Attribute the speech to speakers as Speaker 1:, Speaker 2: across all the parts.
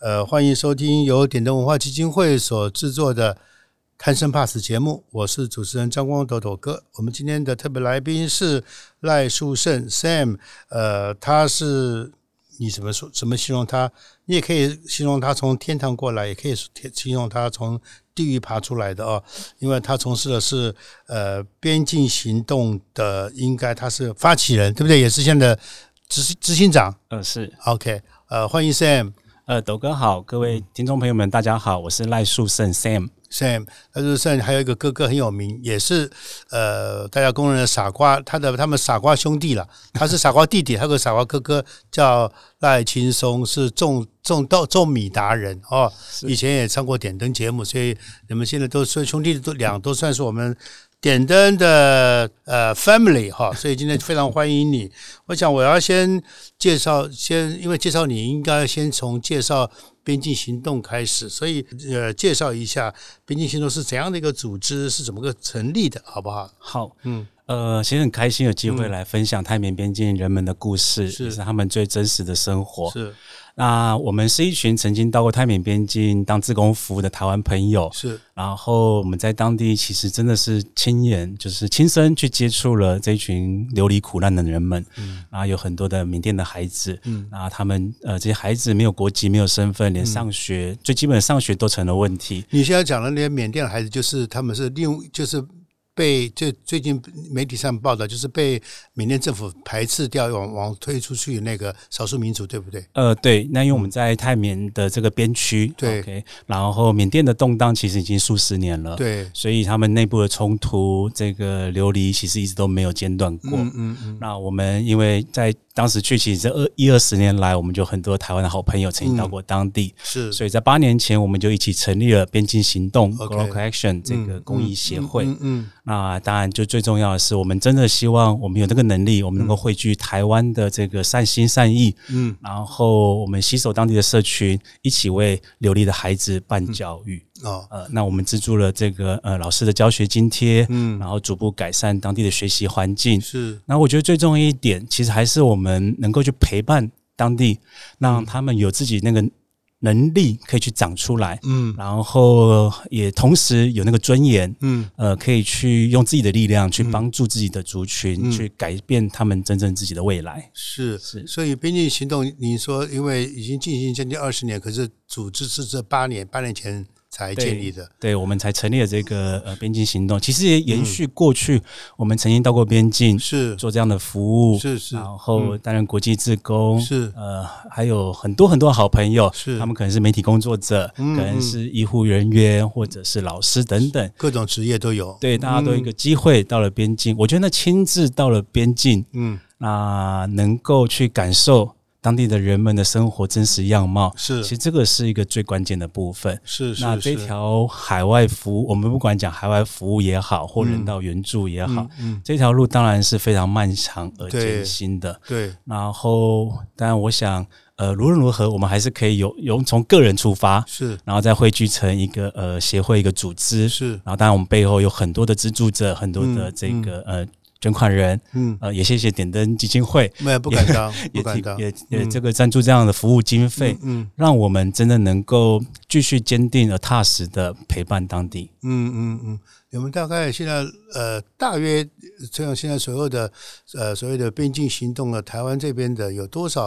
Speaker 1: 呃，欢迎收听由点灯文化基金会所制作的《贪生怕死》节目，我是主持人张光斗斗哥。我们今天的特别来宾是赖树胜 Sam，呃，他是你怎么说？怎么形容他？你也可以形容他从天堂过来，也可以形容他从地狱爬出来的哦。因为他从事的是呃边境行动的，应该他是发起人，对不对？也是现在的执执行长。
Speaker 2: 呃，是，
Speaker 1: OK，呃，欢迎 Sam。
Speaker 2: 呃，斗哥好，各位
Speaker 1: 嗯
Speaker 2: 听众朋友们，大家好，我是赖树胜 Sam。
Speaker 1: Sam，那就是 Sam 还有一个哥哥很有名，也是呃大家公认的傻瓜，他的他们傻瓜兄弟了，他是傻瓜弟弟，他有个傻瓜哥哥叫赖青松，是种种稻种米达人哦，以前也上过点灯节目，所以你们现在都是兄弟都俩都算是我们。点灯的呃 family 哈，所以今天非常欢迎你。我想我要先介绍，先因为介绍你应该先从介绍边境行动开始，所以呃介绍一下边境行动是怎样的一个组织，是怎么个成立的，好不好？
Speaker 2: 好，
Speaker 1: 嗯，
Speaker 2: 呃，其实很开心有机会来分享泰缅边境人们的故事，
Speaker 1: 是
Speaker 2: 也是他们最真实的生活。
Speaker 1: 是
Speaker 2: 那我们是一群曾经到过泰缅边境当志工服务的台湾朋友，
Speaker 1: 是
Speaker 2: 然后我们在当地其实真的是亲眼，就是亲身去接触了这群流离苦难的人们，
Speaker 1: 嗯
Speaker 2: 然后有很多的缅甸的孩子，嗯，那他们呃这些孩子没有国籍，没有身份，
Speaker 1: 嗯
Speaker 2: 连上学、最基本的上学都成了问题，
Speaker 1: 你现在讲的那些缅甸的孩子，就是他们是利用，就是被就最近媒体上报道，就是被缅甸政府排斥掉，往往推出去那个少数民族，对不对？
Speaker 2: 呃，对，那因为我们在泰缅的这个边区，
Speaker 1: 嗯对
Speaker 2: o k 然后缅甸的动荡其实已经数十年了，，
Speaker 1: 对，
Speaker 2: 所以他们内部的冲突，这个流离其实一直都没有间断过。
Speaker 1: 嗯嗯嗯，
Speaker 2: 那我们因为在当时去，其实这二一二十年来，我们就很多台湾的好朋友曾经到过当地，
Speaker 1: 是。
Speaker 2: 所以在八年前，我们就一起成立了边境行动
Speaker 1: OK
Speaker 2: （Global Action） 这个公益协会。
Speaker 1: 嗯嗯，
Speaker 2: 那当然，就最重要的是，我们真的希望我们有这个能力，我们能够汇聚台湾的这个善心善意，
Speaker 1: 嗯，
Speaker 2: 然后我们携手当地的社群，一起为流离的孩子办教育。
Speaker 1: 哦，
Speaker 2: 呃，那我们资助了这个呃老师的教学津贴，嗯，然后逐步改善当地的学习环境。
Speaker 1: 是
Speaker 2: 那我觉得最重要一点，其实还是我们能够去陪伴当地，让他们有自己那个能力可以去长出来，
Speaker 1: 嗯
Speaker 2: 然后也同时有那个尊严，
Speaker 1: 嗯，
Speaker 2: 呃，可以去用自己的力量去帮助自己的族群，
Speaker 1: 嗯
Speaker 2: 去改变他们真正自己的未来。
Speaker 1: 是
Speaker 2: 是
Speaker 1: 所以边境行动，你说因为已经进行将近二十年，可是组织是这八年，八年前才建立的。
Speaker 2: 对，我们才成立了这
Speaker 1: 嗯
Speaker 2: 个呃边境行动，其实也延续过去、我们曾经到过边境
Speaker 1: 是
Speaker 2: 做这样的服务，
Speaker 1: 是是
Speaker 2: 然后担任国际志工，
Speaker 1: 是
Speaker 2: 呃，还有很多很多好朋友，
Speaker 1: 是嗯
Speaker 2: 他们可能是媒体工作者，可能是医护人员或者是老师等等。
Speaker 1: 各种职业都有。，
Speaker 2: 对，大家都有一
Speaker 1: 嗯
Speaker 2: 个机会到了边境，我觉得那亲自到了边境，
Speaker 1: 嗯，
Speaker 2: 那、能够去感受当地的人们的生活真实样貌，
Speaker 1: 是
Speaker 2: 其实这个是一个最关键的部分。
Speaker 1: 是
Speaker 2: 那
Speaker 1: 是
Speaker 2: 这
Speaker 1: 是，
Speaker 2: 条海外服务，我们不管讲海外服务也好，或
Speaker 1: 嗯
Speaker 2: 人道援助也好，这条路当然是非常漫长而
Speaker 1: 对
Speaker 2: 艰辛的。
Speaker 1: 对，
Speaker 2: 然后，当然，我想，呃，无论如何，我们还是可以有有从个人出发，
Speaker 1: 是
Speaker 2: 然后再汇聚成一个呃协会、一个组织。
Speaker 1: 是
Speaker 2: 然后，当然，我们背后有很多的资助者，很多的这个、呃捐款人，
Speaker 1: 嗯，
Speaker 2: 呃，也谢谢点灯基金会，
Speaker 1: 没有不敢当，不
Speaker 2: 也
Speaker 1: 敢
Speaker 2: 提
Speaker 1: 当。
Speaker 2: 也也这个赞助这样的服务经费，
Speaker 1: 嗯
Speaker 2: 让我们真的能够继续坚定而踏实的陪伴当地。
Speaker 1: 嗯嗯嗯，你们大概现在呃，大约这样现在所有的呃所谓的边境行动的啊台湾这边的有多少？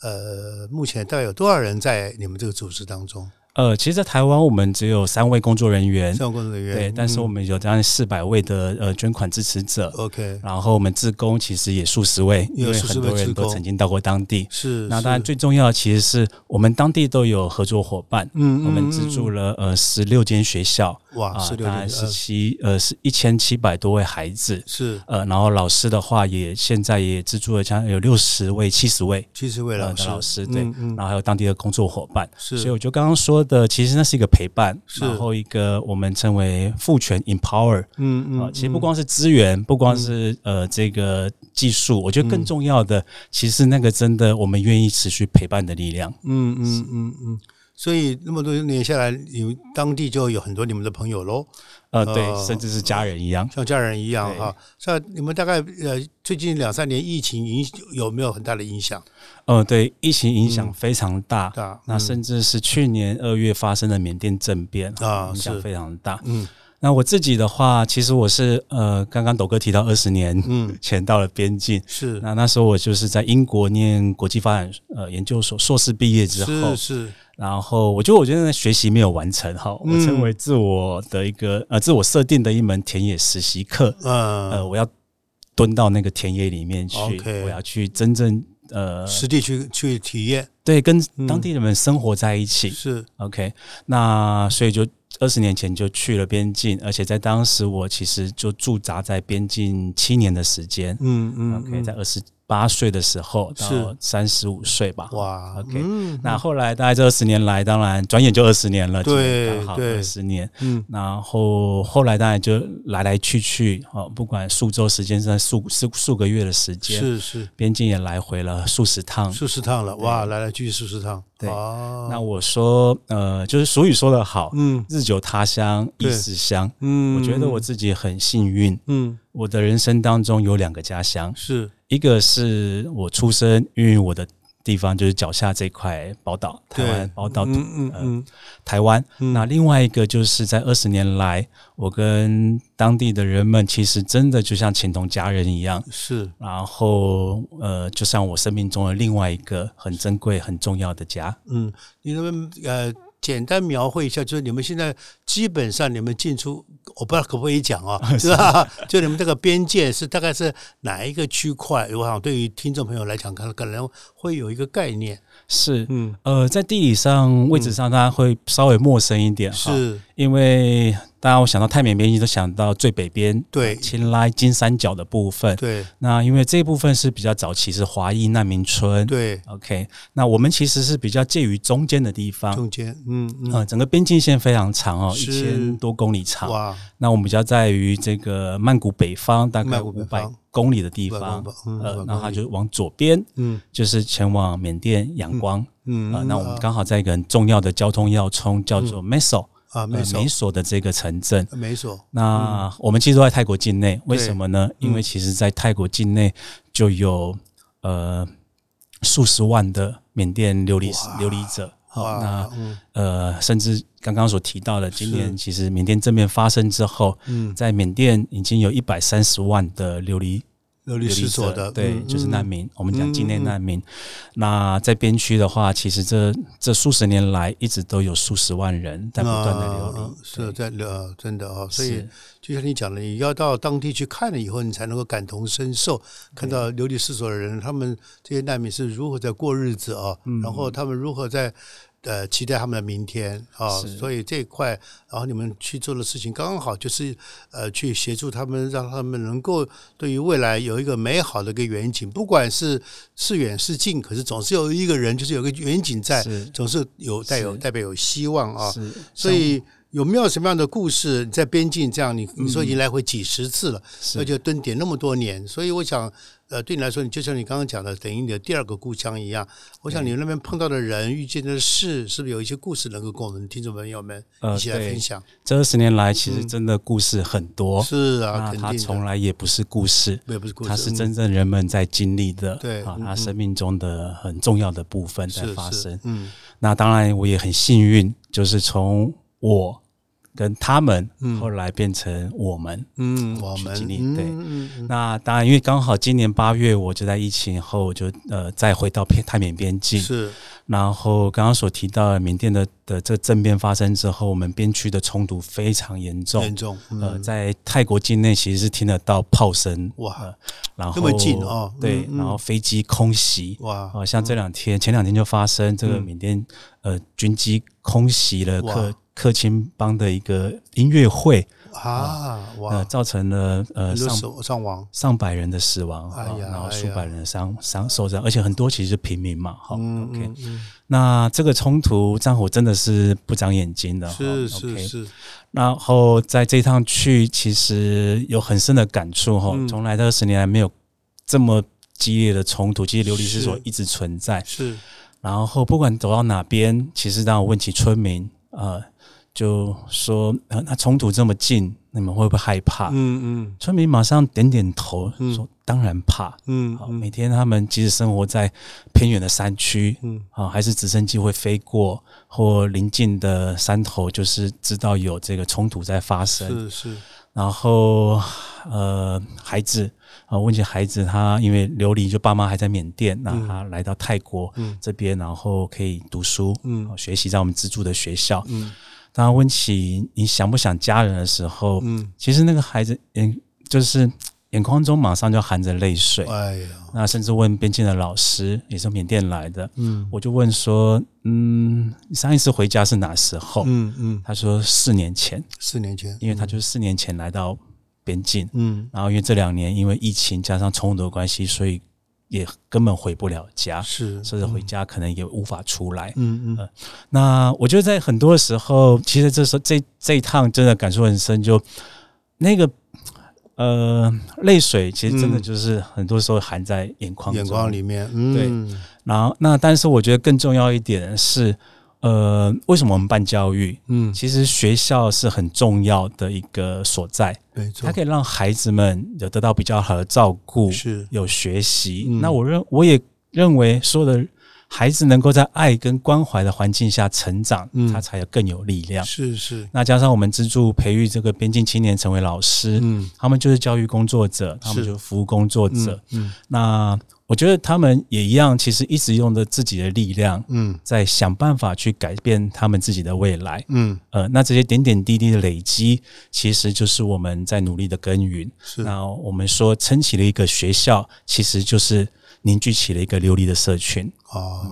Speaker 1: 呃，目前大概有多少人在你们这个组织当中？
Speaker 2: 呃，其实，在台湾我们只有三位工作人员，
Speaker 1: 上工作人员嗯
Speaker 2: 对，但是我们有将近四百位的呃捐款支持者，
Speaker 1: OK
Speaker 2: 然后我们志工其实也数十位，因
Speaker 1: 有
Speaker 2: 为
Speaker 1: 数十
Speaker 2: 很
Speaker 1: 位
Speaker 2: 多人
Speaker 1: 志
Speaker 2: 都
Speaker 1: 工
Speaker 2: 曾经到过当地。
Speaker 1: 是
Speaker 2: 那当然，
Speaker 1: 是
Speaker 2: 最重要的其实是我们当地都有合作伙伴，
Speaker 1: 嗯嗯
Speaker 2: 我们资助了呃十六间学校，
Speaker 1: 哇，
Speaker 2: 啊
Speaker 1: 十，六
Speaker 2: 大概
Speaker 1: 点
Speaker 2: 是
Speaker 1: 是
Speaker 2: 七呃是一千七百多位孩子，
Speaker 1: 是
Speaker 2: 呃，然后老师的话也现在也资助了将近有六十位、七十位
Speaker 1: 七十位
Speaker 2: 呃
Speaker 1: 老
Speaker 2: 的
Speaker 1: 师，
Speaker 2: 老师，对，
Speaker 1: 嗯嗯
Speaker 2: 然后还有当地的工作伙伴。所以
Speaker 1: 是
Speaker 2: 我就刚刚说的，其实那是一个陪伴，
Speaker 1: 是
Speaker 2: 然后一个我们称为赋权 （empower）
Speaker 1: 嗯
Speaker 2: 啊、
Speaker 1: 嗯，
Speaker 2: 其实
Speaker 1: 嗯
Speaker 2: 不光是资源，不光是、呃这个技术，我觉
Speaker 1: 嗯
Speaker 2: 得更重要的，其实那个真的我们愿意持续陪伴的力量。
Speaker 1: 嗯嗯嗯嗯，所以那么多年下来，你们当地就有很多你们的朋友喽，
Speaker 2: 呃，对，
Speaker 1: 呃
Speaker 2: 甚至是家人一样。
Speaker 1: 像家人一样
Speaker 2: 对
Speaker 1: 哈。像你们大概呃最近两三年疫情影有没有很大的影响？啊
Speaker 2: 呃，对，疫情影响非常大，
Speaker 1: 嗯大嗯
Speaker 2: 那甚至是去年二月发生的缅甸政变
Speaker 1: 啊
Speaker 2: 影响
Speaker 1: 是
Speaker 2: 非常大。
Speaker 1: 嗯
Speaker 2: 那我自己的话，其实我是呃，刚刚斗哥提到二十年
Speaker 1: 嗯
Speaker 2: 前到了边境，
Speaker 1: 是
Speaker 2: 那那时候我就是在英国念国际发展呃研究所硕士毕业之
Speaker 1: 是，
Speaker 2: 后
Speaker 1: 是
Speaker 2: 然后我觉得我觉得学习没有完成哈，我
Speaker 1: 嗯
Speaker 2: 称为自我的一个呃自我设定的一门田野实习课，
Speaker 1: 嗯
Speaker 2: 呃，我要蹲到那个田野里面去
Speaker 1: OK
Speaker 2: 我要去真正呃
Speaker 1: 实地去去体验
Speaker 2: 对跟
Speaker 1: 嗯
Speaker 2: 当地人们生活在一起。
Speaker 1: 是
Speaker 2: OK，那所以就二十年前就去了边境，而且在当时我其实就驻扎在边境七年的时间。
Speaker 1: 嗯嗯
Speaker 2: OK，
Speaker 1: 嗯
Speaker 2: 在二十八岁的时候到
Speaker 1: 是
Speaker 2: 三十五岁吧。
Speaker 1: 哇
Speaker 2: OK
Speaker 1: 嗯
Speaker 2: 那后来大概这二十年来，当然转眼就二十年了，
Speaker 1: 对
Speaker 2: 今年刚好
Speaker 1: 对
Speaker 2: 二十年。
Speaker 1: 嗯
Speaker 2: 然后后来当然就来来去去，哦，不管数周时间，在数数数个月的时间，
Speaker 1: 是是
Speaker 2: 边境也来回了数十趟。
Speaker 1: 素食趟了哇，来来去去素食趟
Speaker 2: 嗯对
Speaker 1: 哦
Speaker 2: 那我说，呃，就是俗语说得好，
Speaker 1: 嗯
Speaker 2: 日久他乡
Speaker 1: 对
Speaker 2: 亦是乡。
Speaker 1: 嗯，
Speaker 2: 我觉得我自己很幸运，
Speaker 1: 嗯
Speaker 2: 我的人生当中有两个家乡，
Speaker 1: 是
Speaker 2: 一个是我出生孕育我的地方，就是脚下这块宝岛，台
Speaker 1: 对
Speaker 2: 湾宝岛
Speaker 1: 嗯嗯嗯
Speaker 2: 台湾。
Speaker 1: 嗯
Speaker 2: 那另外一个就是在二十年来，我跟当地的人们其实真的就像情同家人一样。
Speaker 1: 是
Speaker 2: 然后，呃，就像我生命中的另外一个很珍贵、很重要的家。
Speaker 1: 嗯，你能不能呃简单描绘一下，就是你们现在基本上你们进出，我不知道可不可以讲啊，是吧？ 就你们这个边界是大概是哪一个区块？我想对于听众朋友来讲，可能可能会有一个概念。
Speaker 2: 是，
Speaker 1: 嗯，
Speaker 2: 呃，在地理上、位置上，大家会稍微陌生一点哈，
Speaker 1: 是
Speaker 2: 因为大家我想到泰缅边境都想到最北边
Speaker 1: 对
Speaker 2: 青莱金三角的部分。
Speaker 1: 对
Speaker 2: 那因为这部分是比较早期是华裔难民村。
Speaker 1: 对，
Speaker 2: OK，那我们其实是比较介于中间的地方，
Speaker 1: 中间嗯嗯
Speaker 2: 呃，整个边境线非常长哦，一
Speaker 1: 是
Speaker 2: 千多公里长。
Speaker 1: 哇，
Speaker 2: 那我们比较在于这个曼谷北方大概
Speaker 1: 曼谷北
Speaker 2: 五百
Speaker 1: 方
Speaker 2: 公里的地
Speaker 1: 地
Speaker 2: 方，
Speaker 1: 嗯，
Speaker 2: 呃，
Speaker 1: 那
Speaker 2: 那它就往左边
Speaker 1: 嗯
Speaker 2: 就是前往缅甸仰光
Speaker 1: 嗯
Speaker 2: 啊。那我们刚好在一个很重要的交通要冲，叫做 Meso
Speaker 1: 啊
Speaker 2: 呃
Speaker 1: 没错呃
Speaker 2: 美索的这个城镇。
Speaker 1: 没错
Speaker 2: 那我们其实都在泰国境内，为
Speaker 1: 嗯对嗯
Speaker 2: 什么呢？因为其实，在泰国境内就有呃数十万的缅甸流离
Speaker 1: 哇
Speaker 2: 流离者。好，
Speaker 1: 哇
Speaker 2: 那
Speaker 1: 嗯
Speaker 2: 呃，甚至刚刚所提到的，今年
Speaker 1: 是
Speaker 2: 其实缅甸政变发生之后，
Speaker 1: 嗯
Speaker 2: 在缅甸已经有一百三十万的流离
Speaker 1: 流
Speaker 2: 流
Speaker 1: 离
Speaker 2: 离
Speaker 1: 失所
Speaker 2: 者
Speaker 1: 的
Speaker 2: 对，
Speaker 1: 嗯
Speaker 2: 就是难
Speaker 1: 嗯
Speaker 2: 民。我们讲境内难民。那在边区的话，其实这这数十年来一直都有数十万人在不断的流
Speaker 1: 啊
Speaker 2: 离。
Speaker 1: 是在流呃真的哦，所以
Speaker 2: 是
Speaker 1: 就像你讲的，你要到当地去看了以后，你才能够感同身受，看到流离失所的人，他们这些难民是如何在过日子啊，
Speaker 2: 嗯
Speaker 1: 然后他们如何在。呃，期待他们的明天啊，
Speaker 2: 是
Speaker 1: 所以这一块，然后你们去做的事情刚好就是，呃，去协助他们，让他们能够对于未来有一个美好的一个远景，不管是是远是近，可是总是有一个人，就是有个远景在，
Speaker 2: 是
Speaker 1: 总是有带有
Speaker 2: 是
Speaker 1: 代表有希望啊。
Speaker 2: 是，
Speaker 1: 所以有没有什么样的故事？你在边境这样，你你说已经来回几十次了，
Speaker 2: 嗯是
Speaker 1: 而且蹲点那么多年，所以我想，呃，对你来说，你就像你刚刚讲的，等于你的第二个故乡一样。我想你那边碰到的人、遇见的事，是不是有一些故事能够跟我们听众朋友们
Speaker 2: 呃
Speaker 1: 一起来
Speaker 2: 对
Speaker 1: 分享？
Speaker 2: 这二十年来，其实真的故事很多，
Speaker 1: 嗯是啊，
Speaker 2: 那
Speaker 1: 肯
Speaker 2: 它
Speaker 1: 定
Speaker 2: 从
Speaker 1: 的，
Speaker 2: 来也不是故事，
Speaker 1: 也不是故事，
Speaker 2: 它是
Speaker 1: 嗯
Speaker 2: 真正人们在经历的，
Speaker 1: 对
Speaker 2: 啊
Speaker 1: 嗯，
Speaker 2: 他生命中的很重要的部分在
Speaker 1: 是
Speaker 2: 发
Speaker 1: 是
Speaker 2: 生。
Speaker 1: 嗯
Speaker 2: 那当然，我也很幸运，就是从我跟他们，后来变成我们。
Speaker 1: 嗯，我
Speaker 2: 去
Speaker 1: 们
Speaker 2: 经历
Speaker 1: 嗯
Speaker 2: 对
Speaker 1: 嗯嗯
Speaker 2: 那当然，因为刚好今年八月，我就在疫情后，我就呃再回到片泰缅边境。
Speaker 1: 是
Speaker 2: 然后刚刚所提到的缅甸的的这个政变发生之后，我们边区的冲突非常严重，
Speaker 1: 严重，
Speaker 2: 呃，
Speaker 1: 嗯，
Speaker 2: 在泰国境内其实是听得到炮声，
Speaker 1: 哇，
Speaker 2: 然后
Speaker 1: 那么近哦嗯
Speaker 2: 对，
Speaker 1: 嗯嗯
Speaker 2: 然后飞机空袭，哦
Speaker 1: 哇
Speaker 2: 啊，像这两天前两天就发生这个缅甸呃军机空袭了
Speaker 1: 嗯哇
Speaker 2: 克克钦邦的一个音乐会，
Speaker 1: 啊，
Speaker 2: 呃，
Speaker 1: 哇，
Speaker 2: 造成了呃
Speaker 1: 很多
Speaker 2: 上
Speaker 1: 手上网，
Speaker 2: 上百人的死亡，
Speaker 1: 哎
Speaker 2: 啊
Speaker 1: 呀
Speaker 2: 然后
Speaker 1: 哎
Speaker 2: 数
Speaker 1: 呀
Speaker 2: 百人的伤伤受伤，而且很多其实是平民嘛。好、
Speaker 1: 嗯
Speaker 2: o k
Speaker 1: 嗯嗯，
Speaker 2: 那这个冲突战火真的是不长眼睛的。
Speaker 1: 是
Speaker 2: 哈
Speaker 1: 是
Speaker 2: OK
Speaker 1: 是，
Speaker 2: 然后在这一趟去，其实有很深的感触哈
Speaker 1: 嗯，
Speaker 2: 从、来这二十年来没有这么激烈的冲突，其实流离失所
Speaker 1: 是
Speaker 2: 一直存在。
Speaker 1: 是
Speaker 2: 然后不管走到哪边，其实当我问起村民，呃，就说、呃、那冲突这么近，你们会不会害怕？
Speaker 1: 嗯嗯
Speaker 2: 村民马上点点头，说当然怕。
Speaker 1: 嗯
Speaker 2: 好，
Speaker 1: 嗯
Speaker 2: 每天他们即使生活在偏远的山区，
Speaker 1: 嗯
Speaker 2: 啊，还是直升机会飞过或临近的山头，就是知道有这个冲突在发生。
Speaker 1: 是是，
Speaker 2: 然后，呃，孩子啊，问起孩子，他因为流离，就爸妈还在缅甸，那他来到泰国
Speaker 1: 嗯
Speaker 2: 这边，然后可以读书，
Speaker 1: 嗯
Speaker 2: 啊学习在我们资助的学校。
Speaker 1: 嗯
Speaker 2: 当他问起你想不想家人的时候，
Speaker 1: 嗯，
Speaker 2: 其实那个孩子眼就是眼眶中马上就含着泪水。
Speaker 1: 哎呀，
Speaker 2: 那甚至问边境的老师，也是缅甸来的，
Speaker 1: 嗯
Speaker 2: 我就问说，嗯，你上一次回家是哪时候？
Speaker 1: 嗯嗯，
Speaker 2: 他说四年前，
Speaker 1: 四年前，
Speaker 2: 因为他就是四年前来到边境，
Speaker 1: 嗯
Speaker 2: 然后因为这两年因为疫情加上冲突的关系，所以也根本回不了家，
Speaker 1: 是，
Speaker 2: 甚至回家可能也无法出来。
Speaker 1: 嗯嗯
Speaker 2: 呃那我觉得在很多时候，其实这时候这这一趟真的感受很深，就那个呃泪水，其实真的
Speaker 1: 嗯
Speaker 2: 就是很多时候含在眼眶
Speaker 1: 眼
Speaker 2: 中
Speaker 1: 眶里面，嗯，
Speaker 2: 然后那但是我觉得更重要一点是，呃，为什么我们办教育？
Speaker 1: 嗯，
Speaker 2: 其实学校是很重要的一个所在，
Speaker 1: 没
Speaker 2: 它
Speaker 1: 错，
Speaker 2: 可以让孩子们有得到比较好的照顾，
Speaker 1: 是
Speaker 2: 有学习。
Speaker 1: 嗯
Speaker 2: 那我认我也认为，所有的孩子能够在爱跟关怀的环境下成长，
Speaker 1: 嗯
Speaker 2: 他才有更有力量。
Speaker 1: 是是，
Speaker 2: 那加上我们资助培育这个边境青年成为老师，
Speaker 1: 嗯
Speaker 2: 他们就是教育工作者，他们
Speaker 1: 是
Speaker 2: 就是服务工作者。
Speaker 1: 嗯嗯
Speaker 2: 那我觉得他们也一样，其实一直用着自己的力量，
Speaker 1: 嗯
Speaker 2: 在想办法去改变他们自己的未来。
Speaker 1: 嗯，
Speaker 2: 呃，那这些点点滴滴的累积，其实就是我们在努力的耕耘。
Speaker 1: 是
Speaker 2: 那我们说撑起了一个学校，其实就是凝聚起了一个流离的社
Speaker 1: 嗯
Speaker 2: 群。
Speaker 1: 哦，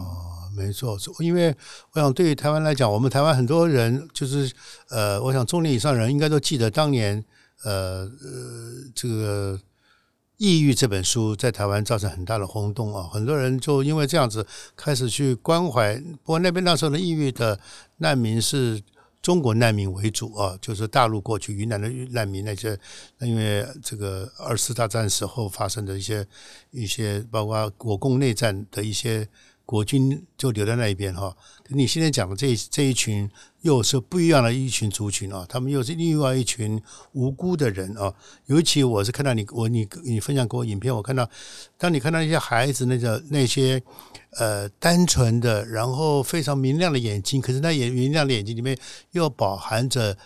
Speaker 1: 没错，是因为我想对于台湾来讲，我们台湾很多人就是呃，我想中年以上人应该都记得当年呃呃这个。抑郁这本书在台湾造成很大的轰动啊，很多人就因为这样子开始去关怀。不过那边那时候的抑郁的难民是中国难民为主啊，就是大陆过去云南的难民那些，那因为这个二次大战时候发生的一些一些，包括国共内战的一些国军就留在那一边哈、你现在讲的这一这一群又是不一样的一群族群啊，他们又是另外一群无辜的人啊。尤其我是看到你我你你分享给我影片，我看到当你看到那些孩子那个那些呃单纯的，然后非常明亮的眼睛，可是那眼明亮的眼睛里面又饱含着。呃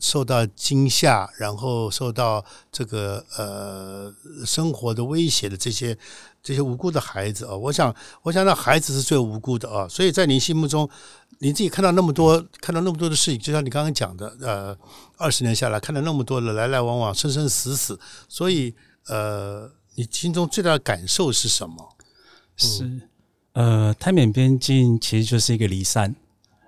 Speaker 1: 受到惊吓，然后受到这个呃生活的威胁的这些这些无辜的孩子啊、我想，我想那孩子是最无辜的啊、所以在您心目中，你自己看到那么多，
Speaker 2: 嗯
Speaker 1: 看到那么多的事情，就像你刚刚讲的，呃，二十年下来看到那么多的来来往往、生生死死，所以呃，你心中最大的感受是什么？
Speaker 2: 是，呃，泰缅边境其实就是一个离散、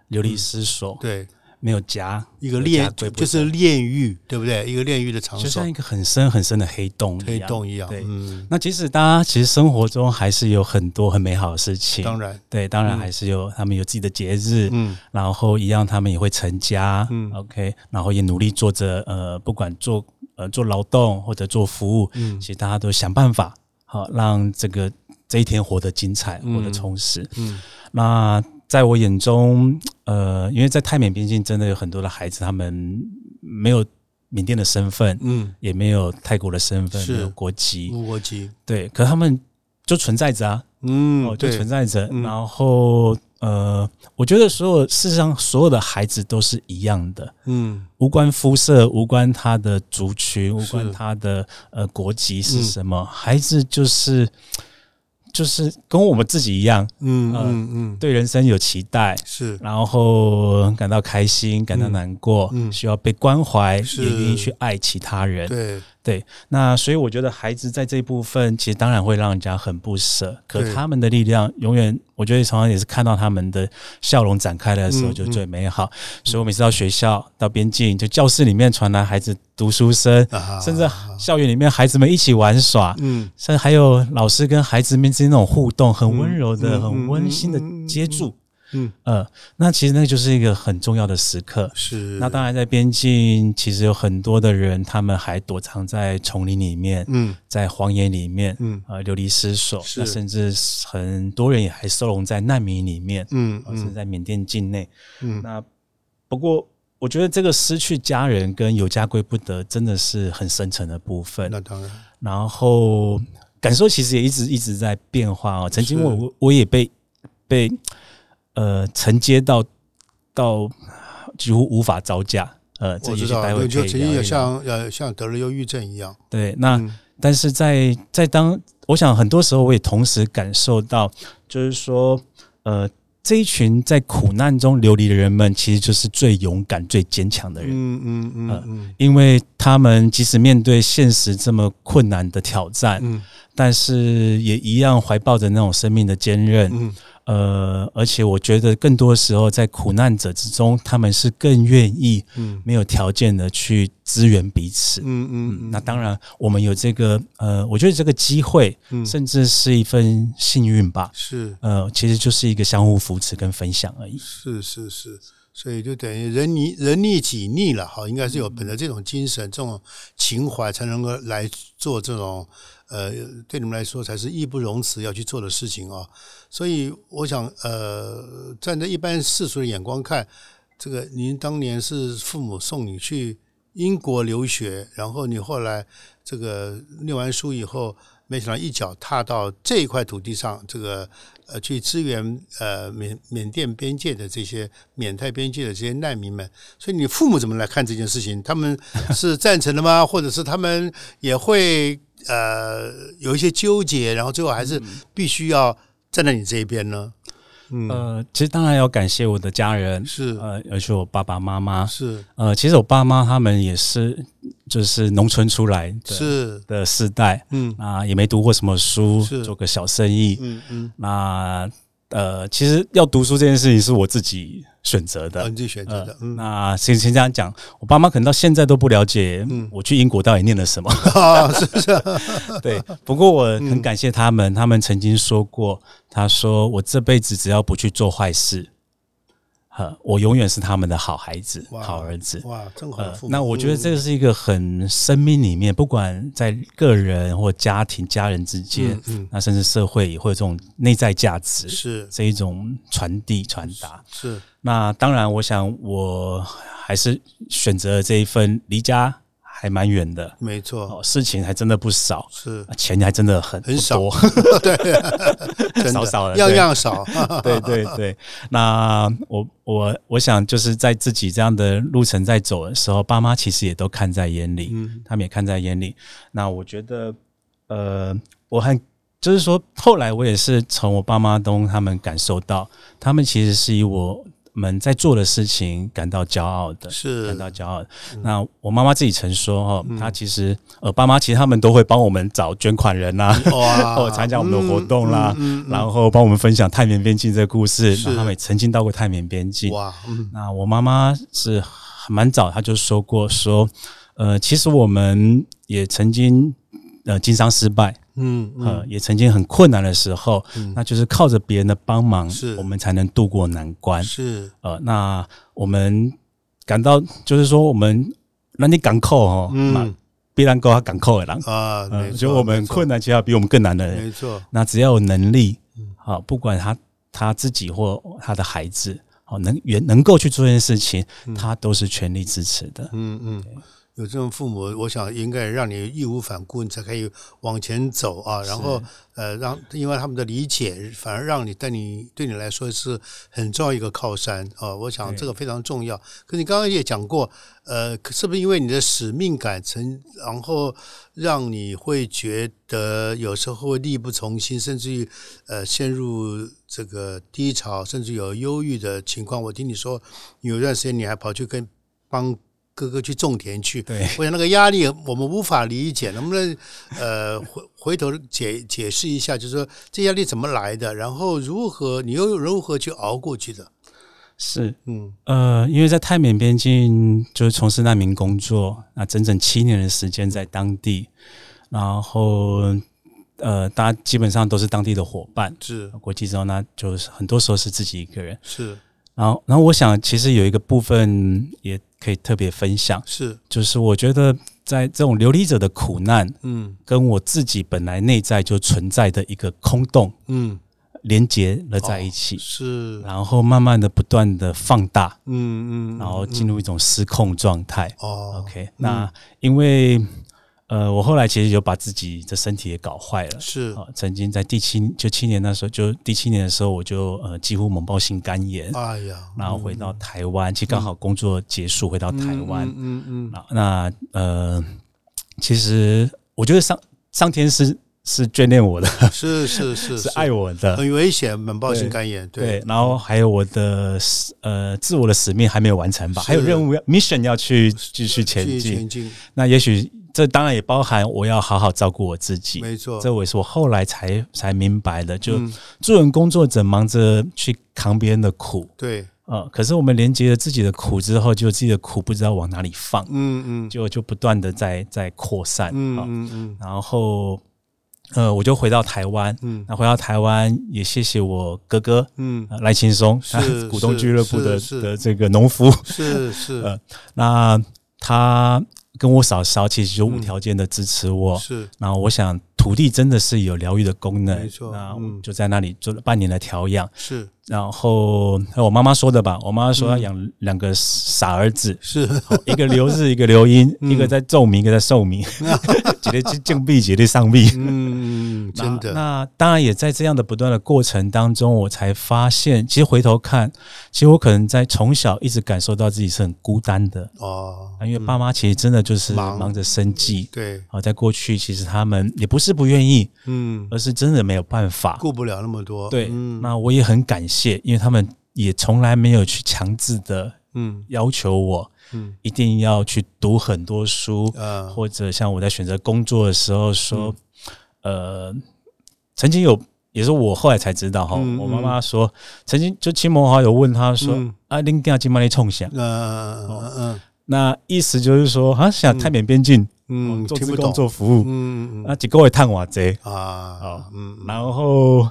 Speaker 2: 流离失所，
Speaker 1: 嗯对，
Speaker 2: 没有家，
Speaker 1: 一个
Speaker 2: 没有
Speaker 1: 炼
Speaker 2: 家归不
Speaker 1: 就
Speaker 2: 得
Speaker 1: 是炼狱，对不对？一个炼狱的场
Speaker 2: 就
Speaker 1: 所
Speaker 2: 像，一个很深很深的黑洞一
Speaker 1: 黑
Speaker 2: 样。
Speaker 1: 洞一样。
Speaker 2: 对
Speaker 1: 嗯，
Speaker 2: 那即使大家其实生活中还是有很多很美好的事情，
Speaker 1: 当然，
Speaker 2: 对，当然还是有、他们有自己的节日，
Speaker 1: 嗯
Speaker 2: 然后一样他们也会成家，
Speaker 1: 嗯
Speaker 2: ，OK，然后也努力做着呃，不管做呃做劳动或者做服务，
Speaker 1: 嗯
Speaker 2: 其实大家都想办法好、让这个这一天活得精彩，
Speaker 1: 嗯
Speaker 2: 活得充实。
Speaker 1: 嗯
Speaker 2: 那在我眼中，呃，因为在泰缅边境真的有很多的孩子，他们没有缅甸的身份，
Speaker 1: 嗯，
Speaker 2: 也没有泰国的身份，
Speaker 1: 是
Speaker 2: 没有国籍，
Speaker 1: 无国籍，
Speaker 2: 对，可他们就存在着啊，
Speaker 1: 嗯
Speaker 2: 哦，，就
Speaker 1: 对，
Speaker 2: 存在着。
Speaker 1: 嗯
Speaker 2: 然后呃，我觉得所有世上所有的孩子都是一样的，
Speaker 1: 嗯
Speaker 2: 无关肤色，无关他的族群，无
Speaker 1: 是嗯
Speaker 2: 关他的呃国籍是什么，孩子就是就是跟我们自己一样，
Speaker 1: 嗯
Speaker 2: 呃
Speaker 1: 嗯嗯，
Speaker 2: 对人生有期待。
Speaker 1: 是，
Speaker 2: 然后感到开心，感到难过，
Speaker 1: 嗯
Speaker 2: 需要被关怀，
Speaker 1: 是
Speaker 2: 也愿意去爱其他人。
Speaker 1: 对，
Speaker 2: 对，那所以我觉得孩子在这一部分，其实当然会让人家很不舍，可
Speaker 1: 对
Speaker 2: 他们的力量永远，我觉得常常也是看到他们的笑容展开的时
Speaker 1: 嗯
Speaker 2: 候就最美好。所以我每次到学校、到边境，就教室里面传来孩子读书声，
Speaker 1: 啊
Speaker 2: 甚至校园里面孩子们一起玩耍，
Speaker 1: 嗯，
Speaker 2: 甚至还有老师跟孩子们之间那种互动，很温柔的、
Speaker 1: 嗯嗯
Speaker 2: 很温馨的接触。
Speaker 1: 嗯
Speaker 2: 呃，那其实那就是一个很重要的时刻。
Speaker 1: 是，
Speaker 2: 那当然，在边境其实有很多的人，他们还躲藏在丛林里面，
Speaker 1: 嗯
Speaker 2: 在荒野里面，
Speaker 1: 嗯
Speaker 2: 呃，流离失所。
Speaker 1: 是
Speaker 2: 那甚至很多人也还收容在难民里面，
Speaker 1: 嗯
Speaker 2: 呃甚至
Speaker 1: 嗯
Speaker 2: 在缅甸境内。
Speaker 1: 嗯
Speaker 2: 那不过，我觉得这个失去家人跟有家归不得，真的是很深沉的部分。
Speaker 1: 那 当然，
Speaker 2: 然后感受其实也一直一直在变化哦。曾经我我我也被被呃承接到到几乎无法招架，呃，这
Speaker 1: 我
Speaker 2: 也
Speaker 1: 知
Speaker 2: 是
Speaker 1: 道
Speaker 2: 待，会
Speaker 1: 对
Speaker 2: 可
Speaker 1: 就
Speaker 2: 以
Speaker 1: 曾
Speaker 2: 聊啊
Speaker 1: 经
Speaker 2: 一
Speaker 1: 有
Speaker 2: 聊
Speaker 1: 像呃像得了忧郁症一样，
Speaker 2: 对那。
Speaker 1: 嗯
Speaker 2: 但是在在当我想很多时候我也同时感受到，就是说呃。这一群在苦难中流离的人们，其实就是最勇敢、最坚强的人。
Speaker 1: 嗯嗯嗯嗯
Speaker 2: 因为他们即使面对现实这么困难的挑战，
Speaker 1: 嗯
Speaker 2: 但是也一样怀抱着那种生命的坚韧。
Speaker 1: 嗯
Speaker 2: 呃，而且我觉得更多时候在苦难者之中，他们是更愿意
Speaker 1: 嗯
Speaker 2: 没有条件的去支援彼此。
Speaker 1: 嗯嗯，
Speaker 2: 那当然，我们有这个呃，我觉得这个机会，
Speaker 1: 嗯
Speaker 2: 甚至是一份幸运吧。
Speaker 1: 是
Speaker 2: 呃，其实就是一个相互扶持跟分享而已。
Speaker 1: 是是是，所以就等于人逆人逆己逆了哈，应该是有本着这种精神、这种情怀，才能够来做这种呃，对你们来说才是义不容辞要去做的事情啊、所以我想，呃，站在一般世俗的眼光看，这个您当年是父母送你去英国留学，然后你后来这个念完书以后，没想到一脚踏到这一块土地上，这个呃去支援呃缅缅甸边界的这些缅泰边界的这些难民们。所以你父母怎么来看这件事情？他们是赞成的吗？或者是他们也会呃有一些纠结，然后最后还是必须要站在你这一边呢？嗯，
Speaker 2: 呃，其实当然要感谢我的家人，
Speaker 1: 是啊
Speaker 2: 呃，而且我爸爸妈妈，
Speaker 1: 是
Speaker 2: 呃，其实我爸妈他们也是就是农村出来的
Speaker 1: 是，
Speaker 2: 的世代，
Speaker 1: 嗯
Speaker 2: 那也没读过什么书
Speaker 1: 是，
Speaker 2: 做个小生意。
Speaker 1: 嗯嗯，
Speaker 2: 那呃，其实要读书这件事情是我自己选择的。
Speaker 1: 啊你自己选择的
Speaker 2: 呃，
Speaker 1: 嗯，
Speaker 2: 那先先这样讲，我爸妈可能到现在都不了解
Speaker 1: 嗯
Speaker 2: 我去英国到底念了什么。
Speaker 1: 啊是是，
Speaker 2: 对，不过我很感谢他
Speaker 1: 嗯
Speaker 2: 们，他们曾经说过，他说我这辈子只要不去做坏事，呃，我永远是他们的好孩子、
Speaker 1: 哇
Speaker 2: 好儿子。
Speaker 1: 哇，真好
Speaker 2: 呃
Speaker 1: 的父，母。
Speaker 2: 那我觉得
Speaker 1: 嗯
Speaker 2: 这是一个很生命里面，不管在个人或家庭、家人之间，
Speaker 1: 嗯
Speaker 2: 那甚至社会也会有这种内在价值
Speaker 1: 嗯是
Speaker 2: 这一种传递传达。
Speaker 1: 是
Speaker 2: 那当然，我想我还是选择了这一份离家还蛮远的
Speaker 1: 没错，
Speaker 2: 哦，事情还真的不少，
Speaker 1: 是
Speaker 2: 啊钱还真的很
Speaker 1: 很少
Speaker 2: 不多
Speaker 1: 真的
Speaker 2: 少少了，
Speaker 1: 样
Speaker 2: 对
Speaker 1: 样少，
Speaker 2: 对对对，那我我我想就是在自己这样的路程在走的时候，爸妈其实也都看在眼里，他们也看在眼里。那我觉得，呃，我很就是说，后来我也是从我爸妈东他们感受到，他们其实是以我们在做的事情感到骄傲的。
Speaker 1: 是
Speaker 2: 感到骄傲。那我妈妈自己曾说，哦，她其实，呃，爸妈其实他们都会帮我们找捐款人呐、
Speaker 1: 哇
Speaker 2: 哦，参加我们的活动啦，
Speaker 1: 啊嗯嗯嗯嗯
Speaker 2: 然后帮我们分享泰缅边境这个故事。
Speaker 1: 是
Speaker 2: 那他们也曾经到过泰缅边境。
Speaker 1: 哇，嗯
Speaker 2: 那我妈妈是蛮早，她就说过说，呃，其实我们也曾经呃经商失败，
Speaker 1: 嗯嗯
Speaker 2: 呃，也曾经很困难的时候，那就是靠着别人的帮忙
Speaker 1: 是，
Speaker 2: 我们才能渡过难关。
Speaker 1: 是
Speaker 2: 呃，那我们感到就是说，我们那你敢扣哦，
Speaker 1: 嗯
Speaker 2: 嗯，必然够他敢扣的人，
Speaker 1: 啊，没
Speaker 2: 呃，
Speaker 1: 错
Speaker 2: 就我们
Speaker 1: 没错
Speaker 2: 困难，其实要比我们更难的人，
Speaker 1: 没错，
Speaker 2: 那只要有能力，好、不管他他自己或他的孩子，好、能也能够去做这件事情，他都是全力支持的。
Speaker 1: 嗯嗯。有这种父母，我想应该让你义无反顾，你才可以往前走啊。然后，呃，让因为他们的理解，反而让你对你对你来说是很重要一个靠山啊。我想这个非常重要。可你刚刚也讲过，呃，可是不是因为你的使命感成，然后让你会觉得有时候会力不从心，甚至于呃陷入这个低潮，甚至有忧郁的情况？我听你说有一段时间你还跑去跟帮。哥哥去种田去。
Speaker 2: 对，
Speaker 1: 我想那个压力我们无法理解，能不能呃回回头解解释一下，就是说这压力怎么来的，然后如何你又如何去熬过去的？
Speaker 2: 是，
Speaker 1: 嗯
Speaker 2: 呃，因为在泰缅边境就是从事难民工作，那整整七年的时间在当地，然后呃，大家基本上都是当地的伙伴。
Speaker 1: 是
Speaker 2: 国际之后，那就是很多时候是自己一个人。
Speaker 1: 是
Speaker 2: 然后，然后我想，其实有一个部分也可以特别分享，
Speaker 1: 是，
Speaker 2: 就是我觉得在这种流离者的苦难，
Speaker 1: 嗯
Speaker 2: 跟我自己本来内在就存在的一个空洞
Speaker 1: 嗯哦
Speaker 2: 连接了在一起，
Speaker 1: 是，
Speaker 2: 然后慢慢的不断的放大，
Speaker 1: 嗯嗯，
Speaker 2: 然后进入一种失控状态。
Speaker 1: 哦
Speaker 2: OK，那因为呃，我后来其实有把自己的身体也搞坏了。
Speaker 1: 是
Speaker 2: 啊、曾经在第七就七年那时候，就第七年的时候，我就呃几乎猛暴性肝炎，
Speaker 1: 哎呀，
Speaker 2: 然后回到台湾，其实刚好工作结束回到台湾，
Speaker 1: 嗯嗯
Speaker 2: 那那呃，其实我觉得上上天是是眷恋我的，
Speaker 1: 嗯，是是是
Speaker 2: 是爱我的，
Speaker 1: 很危险，猛暴性肝炎，
Speaker 2: 对。然后还有我的使呃自我的使命还没有完成吧，
Speaker 1: 是
Speaker 2: 还有任务要 mission 要去继续前
Speaker 1: 继续
Speaker 2: 进
Speaker 1: 前。进，
Speaker 2: 那也许这当然也包含我要好好照顾我自己，
Speaker 1: 没错，
Speaker 2: 这我也是我后来才才明白的。就
Speaker 1: 嗯
Speaker 2: 助人工作者忙着去扛别人的苦。
Speaker 1: 对，
Speaker 2: 呃，可是我们连接了自己的苦之后，就自己的苦不知道往哪里放，
Speaker 1: 嗯嗯
Speaker 2: 就就不断的在在扩散。
Speaker 1: 嗯
Speaker 2: 啊
Speaker 1: 嗯嗯
Speaker 2: 然后呃，我就回到台湾。
Speaker 1: 嗯
Speaker 2: 那回到台湾，也谢谢我哥哥、
Speaker 1: 嗯，
Speaker 2: 呃、赖青松，
Speaker 1: 是
Speaker 2: 他股东俱乐部的
Speaker 1: 是是
Speaker 2: 的这个农夫。
Speaker 1: 是是
Speaker 2: 呃那他跟我嫂嫂其实就无条件的支持我。
Speaker 1: 是，
Speaker 2: 然后我想，土地真的是有疗愈的功能，
Speaker 1: 没错
Speaker 2: 那
Speaker 1: 嗯
Speaker 2: 我就在那里做了半年的调养。
Speaker 1: 是
Speaker 2: 然后呃我妈妈说的吧，我妈妈说
Speaker 1: 嗯
Speaker 2: 要养两个傻 儿子，哦
Speaker 1: 是，
Speaker 2: 一个留日，一个留英，
Speaker 1: 嗯
Speaker 2: 一个在奏鸣，一个在 寿鸣， 几个进币，几个上币。
Speaker 1: 嗯，真
Speaker 2: 那
Speaker 1: 的，
Speaker 2: 那当然也在这样的不断的过程当中，我才发现，其实回头看，其实我可能在从小一直感受到自己是很孤单的，
Speaker 1: 哦，
Speaker 2: 啊因为爸妈其实真的就是
Speaker 1: 嗯忙
Speaker 2: 忙着生计。
Speaker 1: 对，
Speaker 2: 啊，在过去其实他们也不是不愿意，
Speaker 1: 嗯，
Speaker 2: 而是真的没有办法。
Speaker 1: 顾不了那么多，
Speaker 2: 对，
Speaker 1: 嗯
Speaker 2: 那我也很感谢，因为他们也从来没有去强制的
Speaker 1: 嗯
Speaker 2: 要求我
Speaker 1: 嗯，
Speaker 2: 一定要去读很多书，
Speaker 1: 呃，
Speaker 2: 或者像我在选择工作的时候
Speaker 1: 嗯
Speaker 2: 说，呃，曾经有。也是我后来才知道哈，
Speaker 1: 嗯
Speaker 2: 我妈妈说，曾经就亲朋好友问她说：“
Speaker 1: 嗯
Speaker 2: 啊，恁家今麦咧冲想哦
Speaker 1: 呃，嗯，？”
Speaker 2: 那意思就是说，啊，想泰缅边境，
Speaker 1: 嗯，
Speaker 2: 做
Speaker 1: 听
Speaker 2: 自
Speaker 1: 不
Speaker 2: 哦工
Speaker 1: 懂，
Speaker 2: 作服务，啊
Speaker 1: 嗯嗯
Speaker 2: 那一个月探偌济，
Speaker 1: 啊，嗯，
Speaker 2: 然后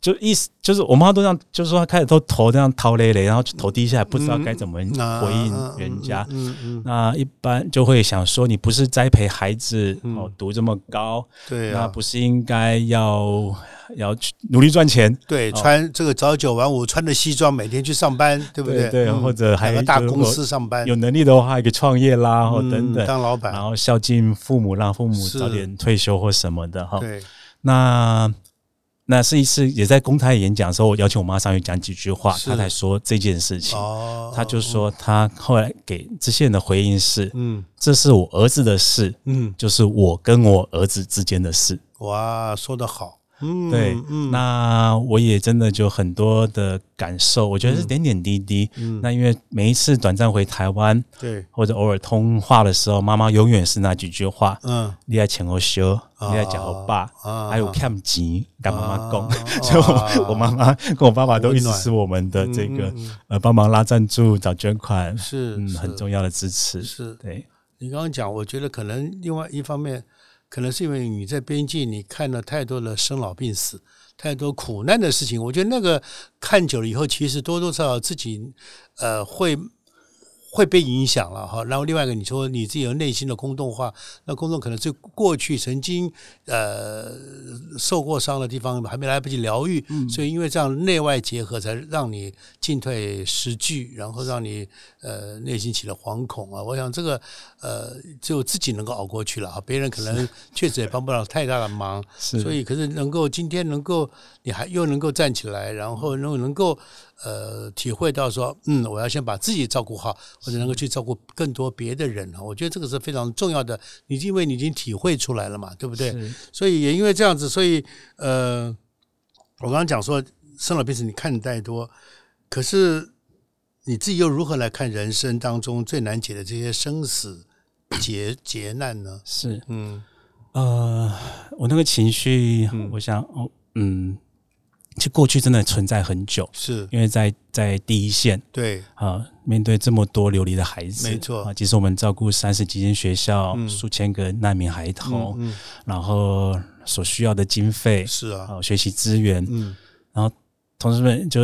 Speaker 2: 就意思就是我妈都这样，就是说她开始都头这样掏累累，然后就头低下来，不知道该怎么
Speaker 1: 啊
Speaker 2: 回应人家。
Speaker 1: 嗯嗯，
Speaker 2: 那一般就会想说，你不是栽培孩子哦读这么高，
Speaker 1: 嗯对
Speaker 2: 那
Speaker 1: 啊，
Speaker 2: 不是应该要要去努力赚钱？
Speaker 1: 对，穿这个早九晚五，穿着西装，每天去上班，对不对？
Speaker 2: 对，
Speaker 1: 嗯
Speaker 2: 或者还
Speaker 1: 哪
Speaker 2: 有
Speaker 1: 个大公司上班，
Speaker 2: 有能力的话，可以创业啦，或
Speaker 1: 哎嗯
Speaker 2: 等等。
Speaker 1: 当老
Speaker 2: 然
Speaker 1: 板，
Speaker 2: 后孝敬父母，让父母
Speaker 1: 是
Speaker 2: 早点退休或什么的哈。
Speaker 1: 对，
Speaker 2: 那那是一次也在公开演讲的时候，我邀请我妈上去讲几句话，
Speaker 1: 是
Speaker 2: 她才说这件事情。
Speaker 1: 哦，
Speaker 2: 她就说，她后来给这些人的回应是：
Speaker 1: 嗯
Speaker 2: 这是我儿子的事，
Speaker 1: 嗯，
Speaker 2: 就是我跟我儿子之间的事。
Speaker 1: 哇，说得好，嗯，
Speaker 2: 对，
Speaker 1: 嗯，
Speaker 2: 那我也真的就很多的感受，我觉得是点点滴滴。
Speaker 1: 嗯
Speaker 2: 那因为每一次短暂回台湾
Speaker 1: 对，
Speaker 2: 或者偶尔通话的时候，妈妈永远是那几句话：
Speaker 1: 嗯，
Speaker 2: 你在前后修，你在讲后爸，
Speaker 1: 啊
Speaker 2: 还有欠钱跟妈妈讲，
Speaker 1: 啊
Speaker 2: 所以
Speaker 1: 啊
Speaker 2: 我我妈妈跟我爸爸都一
Speaker 1: 很温
Speaker 2: 直
Speaker 1: 暖
Speaker 2: 是我们的这个
Speaker 1: 嗯嗯嗯
Speaker 2: 呃帮忙拉赞助、找捐款，
Speaker 1: 是，
Speaker 2: 嗯，很重要的支持。
Speaker 1: 是
Speaker 2: 对，
Speaker 1: 你刚刚讲，我觉得可能另外一方面，可能是因为你在边境，你看了太多的生老病死，太多苦难的事情。我觉得那个看久了以后，其实多多少少自己呃会会被影响了哈。然后另外一个，你说你自己有内心的空洞化，那空洞可能是过去曾经呃受过伤的地方还没来不及疗愈，所以因为这样内外结合，才让你进退失据，然后让你呃内心起了惶恐啊。我想这个呃只有自己能够熬过去了哈，别人可能确实也帮不了太大的忙。
Speaker 2: 是，
Speaker 1: 所以可是能够今天能够你还又能够站起来，然后能够能够呃体会到说，嗯，我要先把自己照顾好，或者能够去照顾更多别的人哈。啊我觉得这个是非常重要的，你因为你已经体会出来了嘛，对不对？
Speaker 2: 是
Speaker 1: 所以也因为这样子，所以呃，我刚刚讲说生老病死你看得太多，可是你自己又如何来看人生当中最难解的这些生死劫劫难呢？
Speaker 2: 是
Speaker 1: 嗯
Speaker 2: 呃，我那个情绪，我想，哦，嗯，其实过去真的存在很久，
Speaker 1: 是
Speaker 2: 因为在在第一线
Speaker 1: 对
Speaker 2: 啊、面对这么多流离的孩子，
Speaker 1: 没错嗯
Speaker 2: 啊、其实我们照顾三十几间学校，数千个难民孩童，然后所需要的经费，
Speaker 1: 是啊
Speaker 2: 啊，学习资源，
Speaker 1: 嗯
Speaker 2: 然后同事们就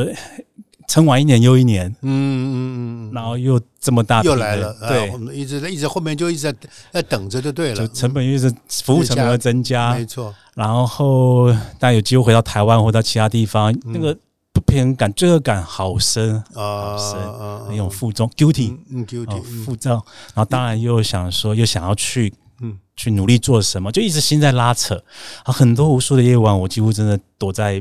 Speaker 2: 撑完一年又一年，
Speaker 1: 嗯嗯嗯嗯
Speaker 2: 然后又这么大
Speaker 1: 嗯，又
Speaker 2: 笔的
Speaker 1: 来了，哎
Speaker 2: 对
Speaker 1: 我，们一直一直后面就一直在在等着就对
Speaker 2: 就
Speaker 1: 了，
Speaker 2: 成本又是服务成本
Speaker 1: 越
Speaker 2: 又
Speaker 1: 加
Speaker 2: 增加
Speaker 1: 没，错，
Speaker 2: 然后大家有机会回到台湾或到其他地方，
Speaker 1: 嗯
Speaker 2: 那个不平感、罪恶感好深，
Speaker 1: 啊
Speaker 2: 是
Speaker 1: 啊
Speaker 2: 那种负重 guilty
Speaker 1: 嗯嗯
Speaker 2: 哦
Speaker 1: guilty，嗯
Speaker 2: 负重，然后当然又想说又想要去
Speaker 1: 嗯
Speaker 2: 去努力做什么，就一直心在拉扯。啊，很多无数的夜晚，我几乎真的躲在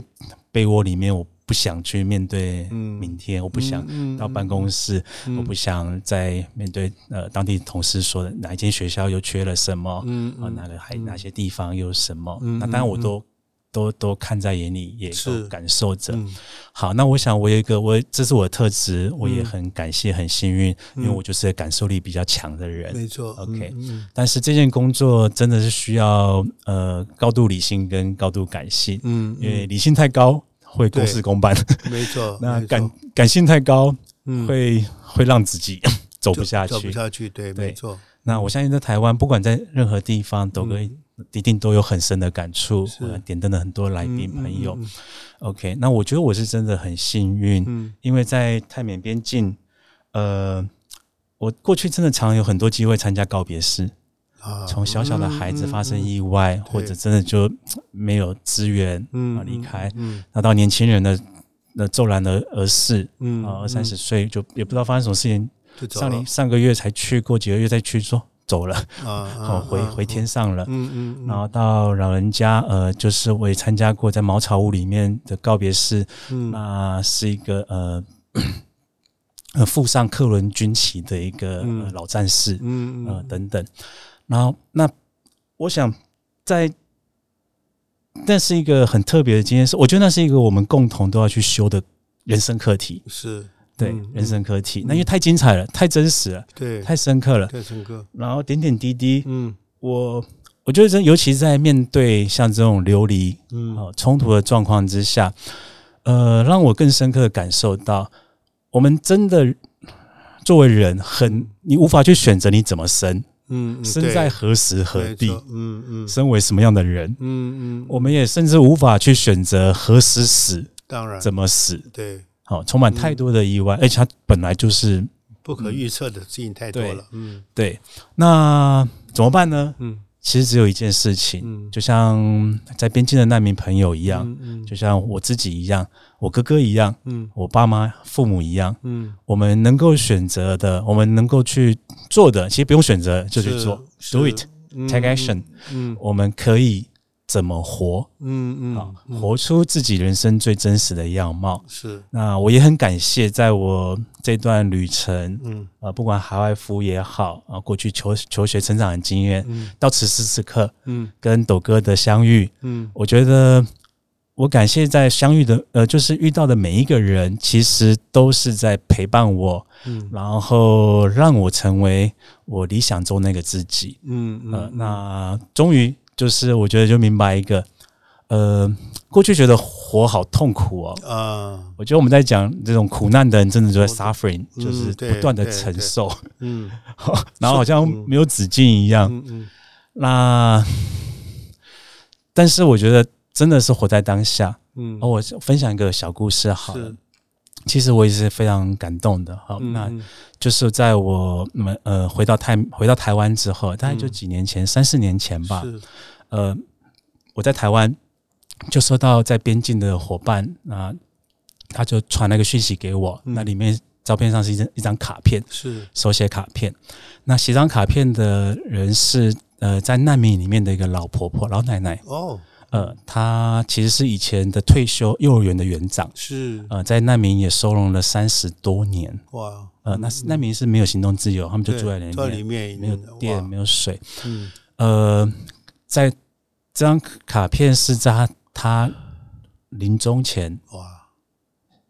Speaker 2: 被窝里面，我不想去面对明天，我不想
Speaker 1: 嗯嗯嗯嗯
Speaker 2: 到办公室，我不想再面对呃当地同事说的哪一间学校又缺了什么，
Speaker 1: 嗯
Speaker 2: 啊，哪个还哪些地方又有什么？那当然我都、都都看在眼里，也
Speaker 1: 是
Speaker 2: 都感受着。
Speaker 1: 嗯
Speaker 2: 好，那我想我有一个我这是我的特质，我
Speaker 1: 嗯
Speaker 2: 也很感谢，很幸运，因为我就是感受力比较强的人。
Speaker 1: 没错
Speaker 2: OK
Speaker 1: 嗯嗯
Speaker 2: 但是这件工作真的是需要呃高度理性跟高度感性，
Speaker 1: 嗯
Speaker 2: 因为理性太高会公事公办，
Speaker 1: 嗯没错，
Speaker 2: 那
Speaker 1: 没错
Speaker 2: 感感性太高
Speaker 1: 嗯
Speaker 2: 会会让自己 走不
Speaker 1: 就
Speaker 2: 下去，
Speaker 1: 走不下去，对，
Speaker 2: 对
Speaker 1: 没错，
Speaker 2: 那我相信在台湾，不管在任何地方，都
Speaker 1: 嗯
Speaker 2: 会一定都有很深的感触。我点灯的很多来
Speaker 1: 嗯
Speaker 2: 宾朋友、o k 那我觉得我是真的很幸运，
Speaker 1: 嗯
Speaker 2: 因为在泰缅边境，呃，我过去真的常有很多机会参加告别式，
Speaker 1: 啊，嗯
Speaker 2: 从小小的孩子发生意外，或者真的就没有资源啊离开，
Speaker 1: 嗯
Speaker 2: 那到年轻人的那骤然的而逝，
Speaker 1: 嗯
Speaker 2: 啊、二三十岁就也不知道发生什么事情，
Speaker 1: 就走
Speaker 2: 上
Speaker 1: 了
Speaker 2: 年上个月才去，过几个月再去，说走了，
Speaker 1: 啊啊，
Speaker 2: 哦，回回天上了。
Speaker 1: 嗯嗯
Speaker 2: 然后到老人家，呃，就是我也参加过在茅草屋里面的告别式，
Speaker 1: 嗯
Speaker 2: 那是一个呃 呃附上克伦军旗的一个、呃、老战士，
Speaker 1: 嗯
Speaker 2: 呃
Speaker 1: 嗯
Speaker 2: 等等。然后那我想在。那是一个很特别的经验，是我觉得那是一个我们共同都要去修的人生课题，
Speaker 1: 是，
Speaker 2: 对、
Speaker 1: 嗯
Speaker 2: 人生课题。那因为太精彩了，太真实了，
Speaker 1: 对，
Speaker 2: 太深刻了。
Speaker 1: 对，陈哥，
Speaker 2: 然后点点滴滴，
Speaker 1: 嗯
Speaker 2: 我我觉得真，尤其在面对像这种流离
Speaker 1: 嗯
Speaker 2: 呃冲突的状况之下，呃，让我更深刻的感受到，我们真的作为人很，你无法去选择你怎么生，
Speaker 1: 嗯，
Speaker 2: 生在何时
Speaker 1: 对
Speaker 2: 何
Speaker 1: 没
Speaker 2: 地
Speaker 1: 错，嗯嗯
Speaker 2: 身为什么样的人，
Speaker 1: 嗯嗯，
Speaker 2: 我们也甚至无法去选择何时死，
Speaker 1: 当然
Speaker 2: 怎么死。
Speaker 1: 对，
Speaker 2: 好、充满太多的意
Speaker 1: 嗯
Speaker 2: 外，而且它本来就是
Speaker 1: 不可预测的事情太多
Speaker 2: 嗯对
Speaker 1: 了，嗯
Speaker 2: 对，那怎么办呢？
Speaker 1: 嗯
Speaker 2: 其实只有一件事情，
Speaker 1: 嗯
Speaker 2: 就像在边境的难民朋友一样，
Speaker 1: 嗯
Speaker 2: 就像我自己一样，我哥哥一样，
Speaker 1: 嗯
Speaker 2: 我爸妈、父母一样，
Speaker 1: 嗯，
Speaker 2: 我们能够选择的，我们能够去做的，其实不用选择就去
Speaker 1: 是
Speaker 2: 做
Speaker 1: 是
Speaker 2: ，do it，take
Speaker 1: 嗯
Speaker 2: action，、
Speaker 1: 嗯
Speaker 2: 我们可以怎么活
Speaker 1: 嗯
Speaker 2: 啊
Speaker 1: 嗯，
Speaker 2: 活出自己人生最真实的样貌。
Speaker 1: 是，
Speaker 2: 那我也很感谢，在我这段旅程，
Speaker 1: 嗯
Speaker 2: 呃，不管海外服务也好，啊，过去求求学成长的经验，到此时此刻
Speaker 1: 嗯
Speaker 2: 跟斗哥的相遇，
Speaker 1: 嗯
Speaker 2: 我觉得我感谢在相遇的呃，就是遇到的每一个人，其实都是在陪伴我，
Speaker 1: 嗯
Speaker 2: 然后让我成为我理想中那个自己。
Speaker 1: 嗯
Speaker 2: 呃，
Speaker 1: 嗯，
Speaker 2: 那终于就是我觉得就明白一个，呃，过去觉得活好痛苦哦。
Speaker 1: 啊，
Speaker 2: 我觉得我们在讲这种苦难的人，真的就在 suffering，、就是
Speaker 1: 嗯对
Speaker 2: 不断的
Speaker 1: 对
Speaker 2: 承
Speaker 1: 对
Speaker 2: 受，
Speaker 1: 嗯
Speaker 2: 然后好像没有止境一样。
Speaker 1: 嗯嗯
Speaker 2: 那，但是我觉得真的是活在当下。
Speaker 1: 嗯，
Speaker 2: 哦，我分享一个小故事好了
Speaker 1: 是。，嗯
Speaker 2: 其实我也是非常感动的。好，那就是在我们呃回到泰回到台湾之后，大概就几年前，三四年前吧。
Speaker 1: 嗯是，
Speaker 2: 呃，我在台湾就收到在边境的伙伴啊、他就传了一个讯息给我，
Speaker 1: 嗯
Speaker 2: 那里面照片上是一张一张卡片，
Speaker 1: 是，
Speaker 2: 手写卡片。那写张卡片的人是呃，在难民里面的一个老婆婆、老奶奶。
Speaker 1: 哦，
Speaker 2: 呃，她其实是以前的退休幼儿园的园长，
Speaker 1: 是，
Speaker 2: 呃，在难民也收容了三十多年。
Speaker 1: 哇，
Speaker 2: 呃，那是难民是没有行动自由，他们
Speaker 1: 嗯
Speaker 2: 就
Speaker 1: 对
Speaker 2: 住在里
Speaker 1: 住在里
Speaker 2: 面，
Speaker 1: 面，
Speaker 2: 没有电，没有水。
Speaker 1: 嗯
Speaker 2: 呃，在这张卡片是在她她临终前
Speaker 1: 哇，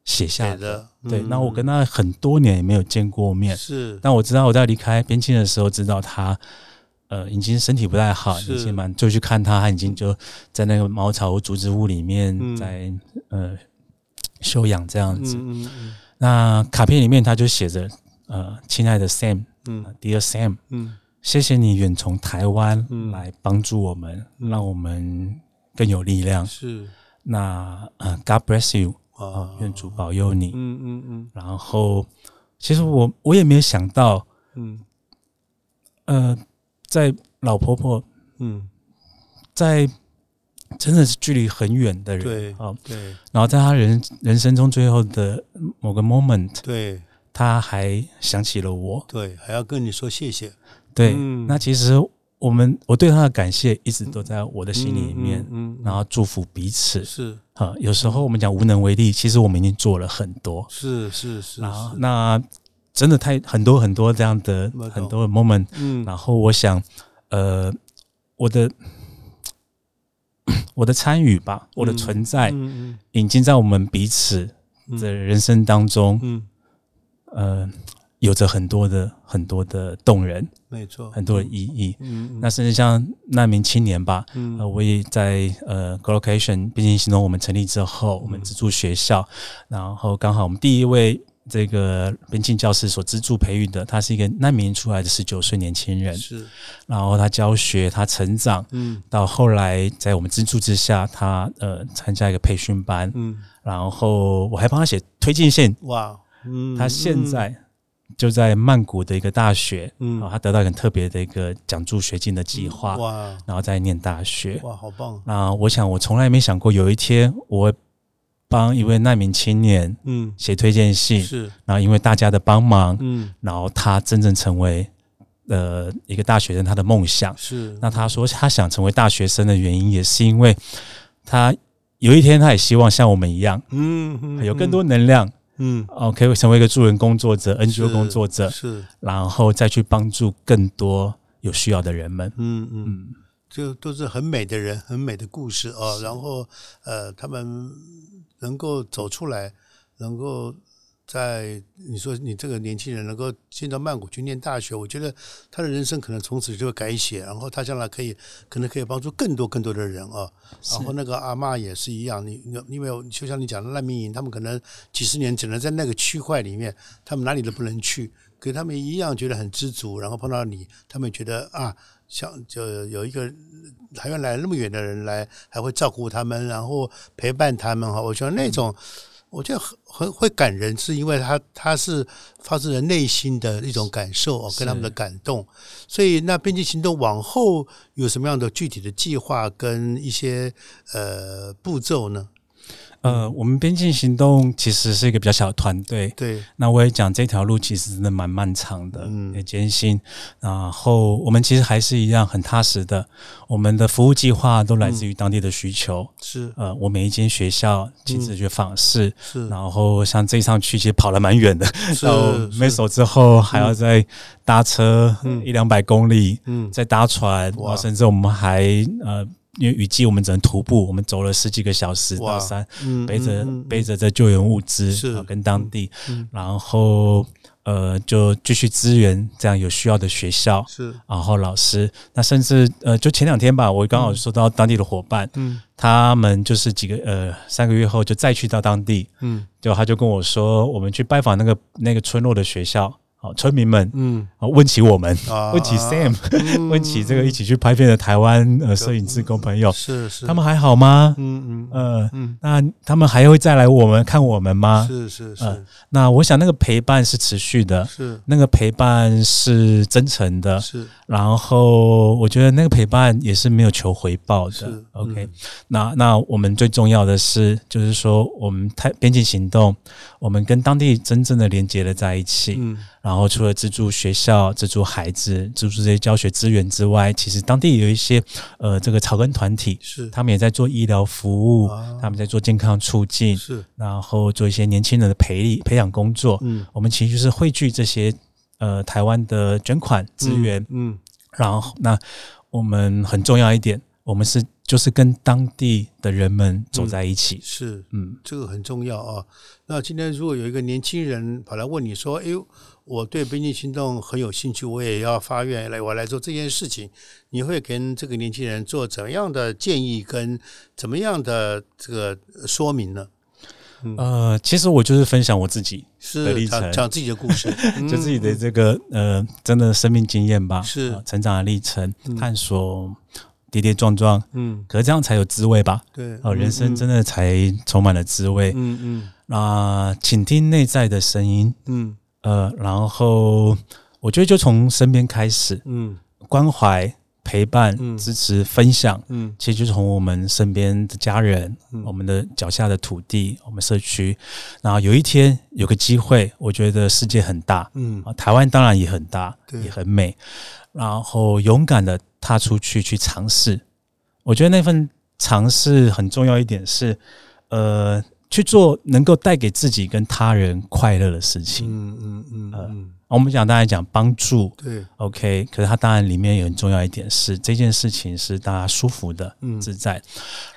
Speaker 2: 写下
Speaker 1: 写
Speaker 2: 的。
Speaker 1: 的，
Speaker 2: 对，
Speaker 1: 嗯
Speaker 2: 那我跟他很多年也没有见过面，
Speaker 1: 是
Speaker 2: 但我知道我在离开边境的时候，知道他呃已经身体不太好，
Speaker 1: 是
Speaker 2: 已经蛮就去看他，他已经就在那个茅草竹子屋里面
Speaker 1: 嗯
Speaker 2: 在、呃休养这样子。
Speaker 1: 嗯嗯嗯
Speaker 2: 那卡片里面他就写着呃，亲爱的 Sam，呃
Speaker 1: 嗯
Speaker 2: ，Dear Sam，
Speaker 1: 嗯
Speaker 2: 谢谢你远从台湾
Speaker 1: 嗯
Speaker 2: 来帮助我们，
Speaker 1: 嗯
Speaker 2: 让我们更有力量。
Speaker 1: 是
Speaker 2: 那呃，God bless you，啊
Speaker 1: 啊，
Speaker 2: 愿主保佑你。
Speaker 1: 嗯嗯嗯
Speaker 2: 然后，其实我我也没有想到，
Speaker 1: 嗯
Speaker 2: 呃，在老婆婆
Speaker 1: 嗯，
Speaker 2: 在真的是距离很远的人，
Speaker 1: 对
Speaker 2: 啊、
Speaker 1: 对
Speaker 2: 然后在她人人生中最后的某个 moment，
Speaker 1: 对
Speaker 2: 她还想起了我。
Speaker 1: 对，还要跟你说谢谢，
Speaker 2: 对，
Speaker 1: 嗯
Speaker 2: 那其实我们我对她的感谢一直都在我的心里面，
Speaker 1: 嗯，嗯嗯
Speaker 2: 然后祝福彼此。
Speaker 1: 是
Speaker 2: 啊，有时候我们讲无能为力，其实我们已经做了很多。
Speaker 1: 是是是，
Speaker 2: 然后
Speaker 1: 是
Speaker 2: 那真的太很多很多这样的
Speaker 1: 我懂
Speaker 2: 很多的 moment，
Speaker 1: 嗯
Speaker 2: 然后我想，呃，我的 我的参与吧，我的存在、
Speaker 1: 嗯嗯
Speaker 2: 已经在我们彼此
Speaker 1: 嗯
Speaker 2: 的人生当中，
Speaker 1: 嗯，
Speaker 2: 呃，有着很多的很多的动人，
Speaker 1: 没错，
Speaker 2: 很多的意义。
Speaker 1: 嗯嗯
Speaker 2: 那甚至像难民青年吧，
Speaker 1: 嗯
Speaker 2: 呃，我也在呃 g l o c a t i o n 毕竟行动我们成立之后，我
Speaker 1: 嗯
Speaker 2: 们资助学校，然后刚好我们第一位这个边境教师所资助培育的，他是一个难民出来的十九岁年轻人，
Speaker 1: 是
Speaker 2: 然后他教学，他成长，
Speaker 1: 嗯
Speaker 2: 到后来在我们资助之下，他呃参加一个培训班，
Speaker 1: 嗯
Speaker 2: 然后我还帮他写推荐信，
Speaker 1: 哇，嗯，
Speaker 2: 他现在就在曼谷的一个大学，
Speaker 1: 嗯
Speaker 2: 然后他得到一个很特别的一个奖助学金的计划，
Speaker 1: 哇
Speaker 2: 然后再念大学。
Speaker 1: 哇，好棒，
Speaker 2: 那我想，我从来没想过有一天我会帮一位难民青年
Speaker 1: 嗯
Speaker 2: 写推荐信，
Speaker 1: 是
Speaker 2: 然后因为大家的帮忙，
Speaker 1: 嗯
Speaker 2: 然后他真正成为呃一个大学生他的梦想。
Speaker 1: 是
Speaker 2: 那他说他想成为大学生的原因，也是因为他有一天他也希望像我们一样，
Speaker 1: 嗯嗯
Speaker 2: 有更多能量，
Speaker 1: 嗯
Speaker 2: 哦，可以成为一个助人工作者、
Speaker 1: 是
Speaker 2: NGO 工作者，
Speaker 1: 是
Speaker 2: 然后再去帮助更多有需要的人们。
Speaker 1: 嗯嗯。
Speaker 2: 嗯，
Speaker 1: 就都是很美的人，很美的故事啊。然后呃，他们能够走出来，能够在你说你这个年轻人能够进到曼谷去念大学，我觉得他的人生可能从此就会改写。然后他将来可以可能可以帮助更多更多的人啊。
Speaker 2: 嗯
Speaker 1: 然后那个阿嬷也是一样，你你因为就像你讲的难民营，他们可能几十年只能在那个区块里面，他们哪里都不能去，可他们一样觉得很知足。然后碰到你，他们觉得啊，像就有一个还愿来那么远的人来，还会照顾他们，然后陪伴他们哈。我觉得那种。我觉得很很会感人，是因为他他是发自人内心的一种感受哦，跟他们的感动。所以，那边境行动往后有什么样的具体的计划跟一些呃步骤呢？
Speaker 2: 呃，我们边境行动其实是一个比较小的团队，
Speaker 1: 对，
Speaker 2: 那我也讲这条路其实真的蛮漫长的，
Speaker 1: 嗯
Speaker 2: 也艰辛。然后我们其实还是一样很踏实的，我们的服务计划都来自于当地的需求。
Speaker 1: 是
Speaker 2: 呃，我每一间学校亲自去访视，
Speaker 1: 是
Speaker 2: 然后像这一趟去其实跑了蛮远的，
Speaker 1: 嗯是
Speaker 2: 到
Speaker 1: 是
Speaker 2: Meso 之后还要再搭车
Speaker 1: 嗯
Speaker 2: 一两百公里，
Speaker 1: 嗯
Speaker 2: 再搭船，
Speaker 1: 哇
Speaker 2: 然后甚至我们还呃。因为雨季，我们只能徒步，我们走了十几个小时
Speaker 1: 哇
Speaker 2: 到山，
Speaker 1: 嗯
Speaker 2: 背着
Speaker 1: 嗯嗯
Speaker 2: 背着这救援物资，
Speaker 1: 是
Speaker 2: 啊跟当地，
Speaker 1: 嗯
Speaker 2: 然后呃就继续支援这样有需要的学校，
Speaker 1: 是
Speaker 2: 然后老师，那甚至呃就前两天吧，我刚好收到当地的伙伴，
Speaker 1: 嗯
Speaker 2: 他们就是几个呃三个月后就再去到当地，
Speaker 1: 嗯
Speaker 2: 就他就跟我说，我们去拜访那个那个村落的学校，好、村民们。
Speaker 1: 嗯
Speaker 2: 啊问起我们，
Speaker 1: 啊
Speaker 2: 问起 Sam，、
Speaker 1: 嗯
Speaker 2: 问起这个一起去拍片的台湾呃摄影志工朋友，
Speaker 1: 是是
Speaker 2: 他们还好吗？
Speaker 1: 嗯嗯
Speaker 2: 呃，
Speaker 1: 嗯
Speaker 2: 那他们还会再来我们看我们吗？
Speaker 1: 是是是
Speaker 2: 呃那我想那个陪伴是持续的，
Speaker 1: 是
Speaker 2: 那个陪伴是真诚的，
Speaker 1: 是
Speaker 2: 然后我觉得那个陪伴也是没有求回报
Speaker 1: 是
Speaker 2: 的
Speaker 1: 嗯。
Speaker 2: OK，、那那我们最重要的是，就是说我们太边境行动，我们跟当地真正的连接了在一起。
Speaker 1: 嗯
Speaker 2: 然后除了资助学校、资助孩子、资助这些教学资源之外，其实当地有一些呃这个草根团体，
Speaker 1: 是
Speaker 2: 他们也在做医疗服务，
Speaker 1: 啊
Speaker 2: 他们在做健康促进，
Speaker 1: 是
Speaker 2: 然后做一些年轻人的培力培养工作。
Speaker 1: 嗯
Speaker 2: 我们其实就是汇聚这些呃台湾的捐款资源，
Speaker 1: 嗯
Speaker 2: 然后那我们很重要一点，我们是就是跟当地的人们走在一起。
Speaker 1: 是，
Speaker 2: 嗯，
Speaker 1: 这个很重要啊。那今天如果有一个年轻人跑来问你说：“哎呦，我对边境行动很有兴趣，我也要发愿来我来做这件事情。”你会跟这个年轻人做怎样的建议跟怎么样的这个说明呢？嗯
Speaker 2: 呃，其实我就是分享我自己，的
Speaker 1: 是
Speaker 2: 历程
Speaker 1: 讲讲自己的故事， 嗯
Speaker 2: 就自己的这个呃，真的生命经验吧，
Speaker 1: 是
Speaker 2: 呃成长的历程，探索跌跌撞撞，
Speaker 1: 嗯，
Speaker 2: 可是这样才有滋味吧？
Speaker 1: 对，
Speaker 2: 哦，人生
Speaker 1: 嗯
Speaker 2: 真的才充满了滋味。
Speaker 1: 嗯嗯
Speaker 2: 那、请听内在的声音，
Speaker 1: 嗯
Speaker 2: 呃，然后我觉得就从身边开始，
Speaker 1: 嗯
Speaker 2: 关怀、陪伴、
Speaker 1: 嗯
Speaker 2: 支持、分享，
Speaker 1: 嗯
Speaker 2: 其实就是从我们身边的家人、
Speaker 1: 嗯
Speaker 2: 我们的脚下的土地、我们社区。然后有一天有个机会，我觉得世界很大，
Speaker 1: 嗯
Speaker 2: 啊，台湾当然也很大，
Speaker 1: 对
Speaker 2: 也很美。然后勇敢的踏出去去尝试，我觉得那份尝试很重要一点是，呃，去做能够带给自己跟他人快乐的事情。
Speaker 1: 嗯嗯嗯
Speaker 2: 呃
Speaker 1: 嗯，
Speaker 2: 我们讲当然讲帮助
Speaker 1: 对，
Speaker 2: ，OK，可是它当然里面也很重要一点是这件事情是大家舒服的、
Speaker 1: 嗯
Speaker 2: 自在。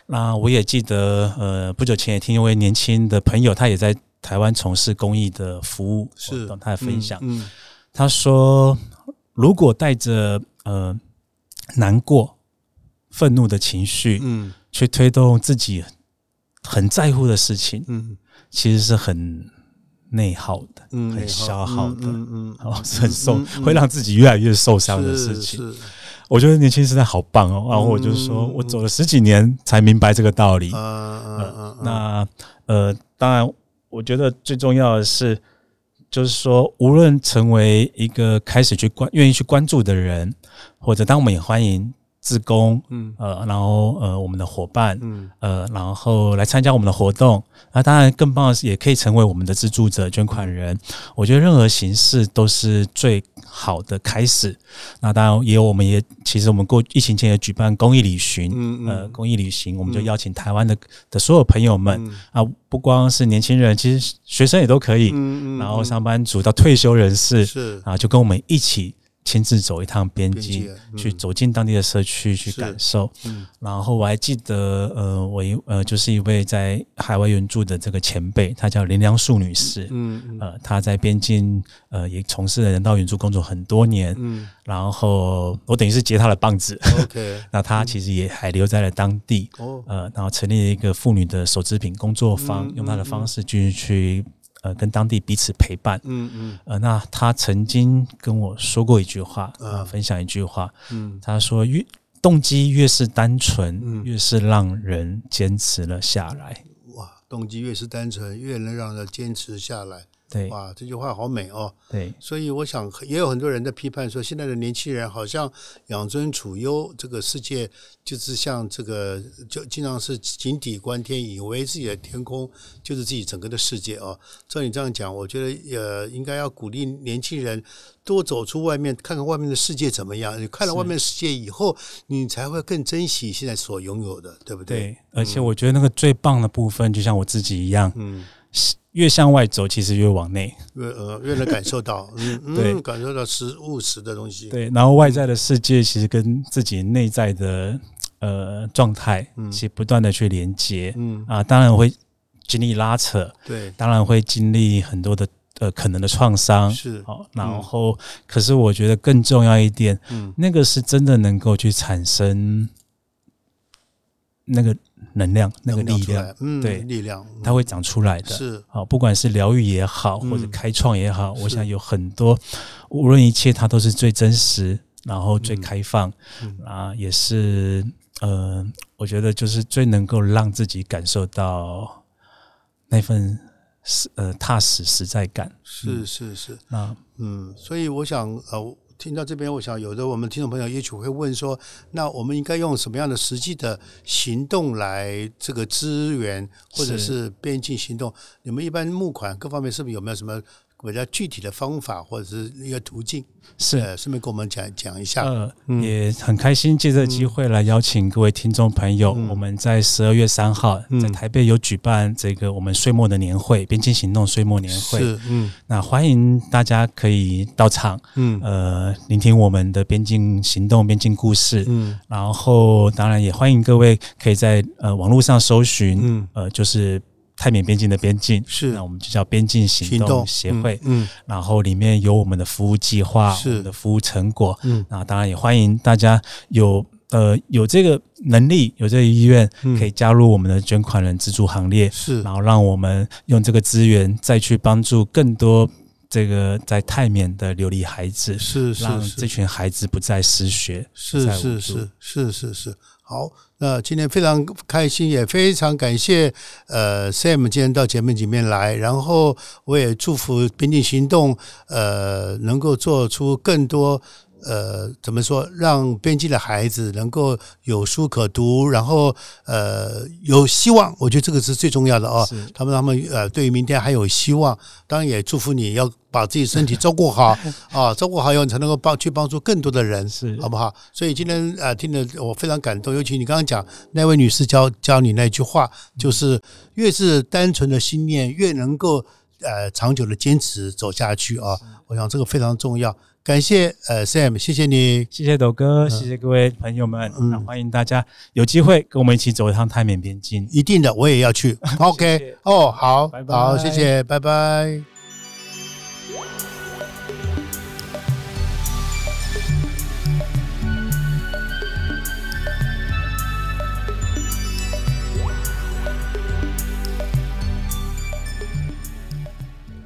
Speaker 2: 那我也记得，呃，不久前也听一位年轻的朋友，他也在台湾从事公益的服务
Speaker 1: 是
Speaker 2: 活动，他的分享。
Speaker 1: 嗯
Speaker 2: 他说，如果带着呃难过、愤怒的情绪、
Speaker 1: 嗯
Speaker 2: 去推动自己很在乎的事情，
Speaker 1: 嗯
Speaker 2: 其实是很内耗的，
Speaker 1: 嗯，
Speaker 2: 很消耗的。
Speaker 1: 嗯嗯
Speaker 2: 然后是很受，
Speaker 1: 嗯嗯
Speaker 2: 会让自己越来越受伤
Speaker 1: 嗯，
Speaker 2: 的
Speaker 1: 是
Speaker 2: 事情。
Speaker 1: 是
Speaker 2: 我觉得年轻时代好棒哦，然后我就说，
Speaker 1: 嗯
Speaker 2: 我走了十几年才明白这个道理。
Speaker 1: 啊啊啊，
Speaker 2: 那呃，当然，我觉得最重要的是，就是说，无论成为一个开始去关愿意去关注的人，或者当我们也欢迎志工，
Speaker 1: 嗯
Speaker 2: 呃，然后呃，我们的伙伴，
Speaker 1: 嗯
Speaker 2: 呃，然后来参加我们的活动。那当然，更棒的是，也可以成为我们的资助者、捐款人。我觉得任何形式都是最好的开始。那当然，也有我们也其实我们过疫情前也举办公益旅行，
Speaker 1: 嗯嗯
Speaker 2: 呃，公益旅行，我们就
Speaker 1: 嗯
Speaker 2: 邀请台湾的的所有朋友们、
Speaker 1: 嗯
Speaker 2: 啊，不光是年轻人，其实学生也都可以，
Speaker 1: 嗯嗯，
Speaker 2: 然后上班族到退休人士
Speaker 1: 是
Speaker 2: 啊，就跟我们一起亲自走一趟边
Speaker 1: 边
Speaker 2: 境，
Speaker 1: 界
Speaker 2: 去，走进当地的社区去
Speaker 1: 是
Speaker 2: 感受。
Speaker 1: 嗯
Speaker 2: 然后我还记得，呃，我一呃，就是一位在海外援助的这个前辈，她叫林良树女士，
Speaker 1: 嗯嗯
Speaker 2: 呃，她在边境呃也从事了人道援助工作很多年，
Speaker 1: 嗯
Speaker 2: 然后我等于是接她的棒子，
Speaker 1: ，OK，
Speaker 2: 那她其实也还留在了当地，
Speaker 1: 哦，
Speaker 2: 呃，然后成立了一个妇女的手制品工作坊，
Speaker 1: 嗯
Speaker 2: 用她的
Speaker 1: 嗯嗯
Speaker 2: 方式继续去呃跟当地彼此陪伴。
Speaker 1: 嗯嗯
Speaker 2: 呃，那她曾经跟我说过一句话，
Speaker 1: 嗯
Speaker 2: 呃，分享一句话，
Speaker 1: 嗯
Speaker 2: 他说越动机越是单纯，
Speaker 1: 嗯
Speaker 2: 越是让人坚持了下来。
Speaker 1: 哇，动机越是单纯，越能让人坚持下来。
Speaker 2: 对
Speaker 1: 哇，这句话好美哦！
Speaker 2: 对，
Speaker 1: 所以我想，也有很多人在批判说，现在的年轻人好像养尊处优，这个世界就是像这个，就经常是井底观天，以为自己的天空就是自己整个的世界啊。照你这样讲，我觉得呃，应该要鼓励年轻人多走出外面，看看外面的世界怎么样。你看了外面的世界以后，你才会更珍惜现在所拥有的，对不对？
Speaker 2: 对，而且我觉得那个最棒的部分，就像我自己一样，
Speaker 1: 嗯，
Speaker 2: 越向外走，其实越往内。
Speaker 1: 越呃越能感受到，嗯
Speaker 2: 对
Speaker 1: 嗯，感受到实务实的东西。
Speaker 2: 对，然后外在的世界其实跟自己内在的呃状态，其实不断的去连接
Speaker 1: 嗯，
Speaker 2: 啊，当然会经历拉扯，
Speaker 1: 对，
Speaker 2: 当然会经历很多的呃可能的创伤。
Speaker 1: 是，
Speaker 2: 好，然后、可是我觉得更重要一点，
Speaker 1: 嗯
Speaker 2: 那个是真的能够去产生那个能量、那个
Speaker 1: 能量
Speaker 2: 力
Speaker 1: 出
Speaker 2: 量，
Speaker 1: 来，嗯，
Speaker 2: 对
Speaker 1: 力量，嗯
Speaker 2: 它会长出来的。
Speaker 1: 是，
Speaker 2: 好，啊不管是疗愈也好，
Speaker 1: 嗯
Speaker 2: 或者开创也好，我
Speaker 1: 是
Speaker 2: 想有很多，无论一切，它都是最真实，然后最开放
Speaker 1: 嗯
Speaker 2: 啊，也是呃，我觉得就是最能够让自己感受到那份实呃踏实实在感。
Speaker 1: 是是是，
Speaker 2: 那
Speaker 1: 嗯，所以我想呃。听到这边，我想有的我们听众朋友也许会问说，那我们应该用什么样的实际的行动来这个支援，或者
Speaker 2: 是
Speaker 1: 是边境行动？你们一般募款各方面是不是有没有什么比较具体的方法或者是一个途径，
Speaker 2: 是。
Speaker 1: 呃，顺嗯便跟我们讲讲一下。
Speaker 2: 呃，也很开心借这
Speaker 1: 嗯
Speaker 2: 机会来邀请各位听众朋友，我们在十二月三号
Speaker 1: 嗯
Speaker 2: 在台北有举办这个我们岁末的年会，边境行动岁末年会。
Speaker 1: 是，嗯
Speaker 2: 那欢迎大家可以到场，
Speaker 1: 嗯
Speaker 2: 呃，聆听我们的边境行动、边境故事。
Speaker 1: 嗯
Speaker 2: 然后，当然也欢迎各位可以在呃网络上搜寻，
Speaker 1: 嗯，
Speaker 2: 呃，就是泰缅边境的边境，
Speaker 1: 是
Speaker 2: 那我们就叫边境行
Speaker 1: 行
Speaker 2: 动
Speaker 1: 动
Speaker 2: 协会。
Speaker 1: 嗯
Speaker 2: 然后里面有我们的服务计划、
Speaker 1: 是
Speaker 2: 我们的服务成果。
Speaker 1: 嗯
Speaker 2: 那当然也欢迎大家有呃有这个能力、有这个意愿，
Speaker 1: 嗯
Speaker 2: 可以加入我们的捐款人资助行列，
Speaker 1: 是
Speaker 2: 然后让我们用这个资源再去帮助更多这个在泰缅的流离孩子，
Speaker 1: 是是
Speaker 2: 让
Speaker 1: 是
Speaker 2: 这群孩子不再失学。
Speaker 1: 是
Speaker 2: 在
Speaker 1: 是
Speaker 2: 无助
Speaker 1: 是是是是，好，那今天非常开心，也非常感谢呃 Sam 今天到节目里面来，然后我也祝福边境行动呃能够做出更多。呃，怎么说？让边境的孩子能够有书可读，然后呃有希望，我觉得这个是最重要的哦。
Speaker 2: 是
Speaker 1: 他们他们呃，对于明天还有希望。当然也祝福你要把自己身体照顾 好啊，照顾好以后你才能够帮去帮助更多的人。
Speaker 2: 是
Speaker 1: 好不好？所以今天啊、呃听得我非常感动，尤其你刚刚讲那位女士教教你那句话，就是越是单纯的心念，越能够呃长久的坚持走下去啊。我想这个非常重要。感谢呃 Sam，谢谢你，
Speaker 2: 谢谢斗哥，谢谢各位朋友们，那欢迎大家有机会跟我们一起走一趟泰缅边境。
Speaker 1: 一定的，我也要 去。OK，
Speaker 2: 谢
Speaker 1: 哦，好，
Speaker 2: 拜拜
Speaker 1: 好，谢谢，拜拜。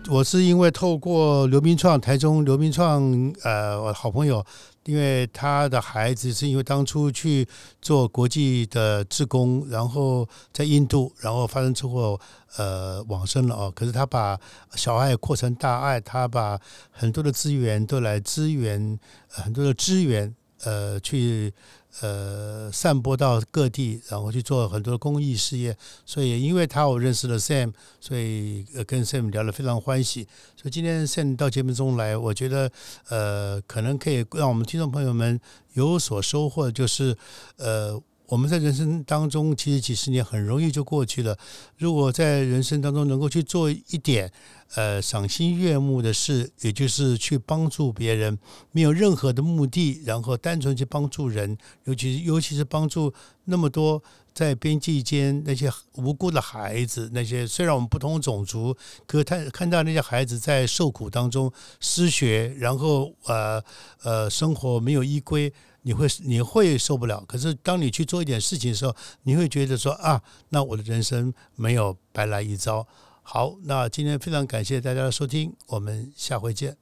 Speaker 1: 我是因为透过刘明创，台中刘明创，呃，我好朋友，因为他的孩子是因为当初去做国际的志工，然后在印度，然后发生车祸，呃，往生了哦。可是他把小爱扩成大爱，他把很多的资源都来支援，呃很多的资源，呃，去呃散播到各地，然后去做很多的公益事业。所以因为他，我认识了 Sam，所以呃跟 Sam 聊得非常欢喜。所以今天 Sam 到节目中来，我觉得呃，可能可以让我们听众朋友们有所收获，就是呃，我们在人生当中其实几十年很容易就过去了。如果在人生当中能够去做一点呃赏心悦目的事，也就是去帮助别人，没有任何的目的，然后单纯去帮助人，尤其尤其是帮助那么多。在边际间那些无辜的孩子，那些虽然我们不同种族，可是看看到那些孩子在受苦当中失学，然后呃呃生活没有依归，你会你会受不了。可是当你去做一点事情的时候，你会觉得说啊，那我的人生没有白来一遭。好，那今天非常感谢大家的收听，我们下回见。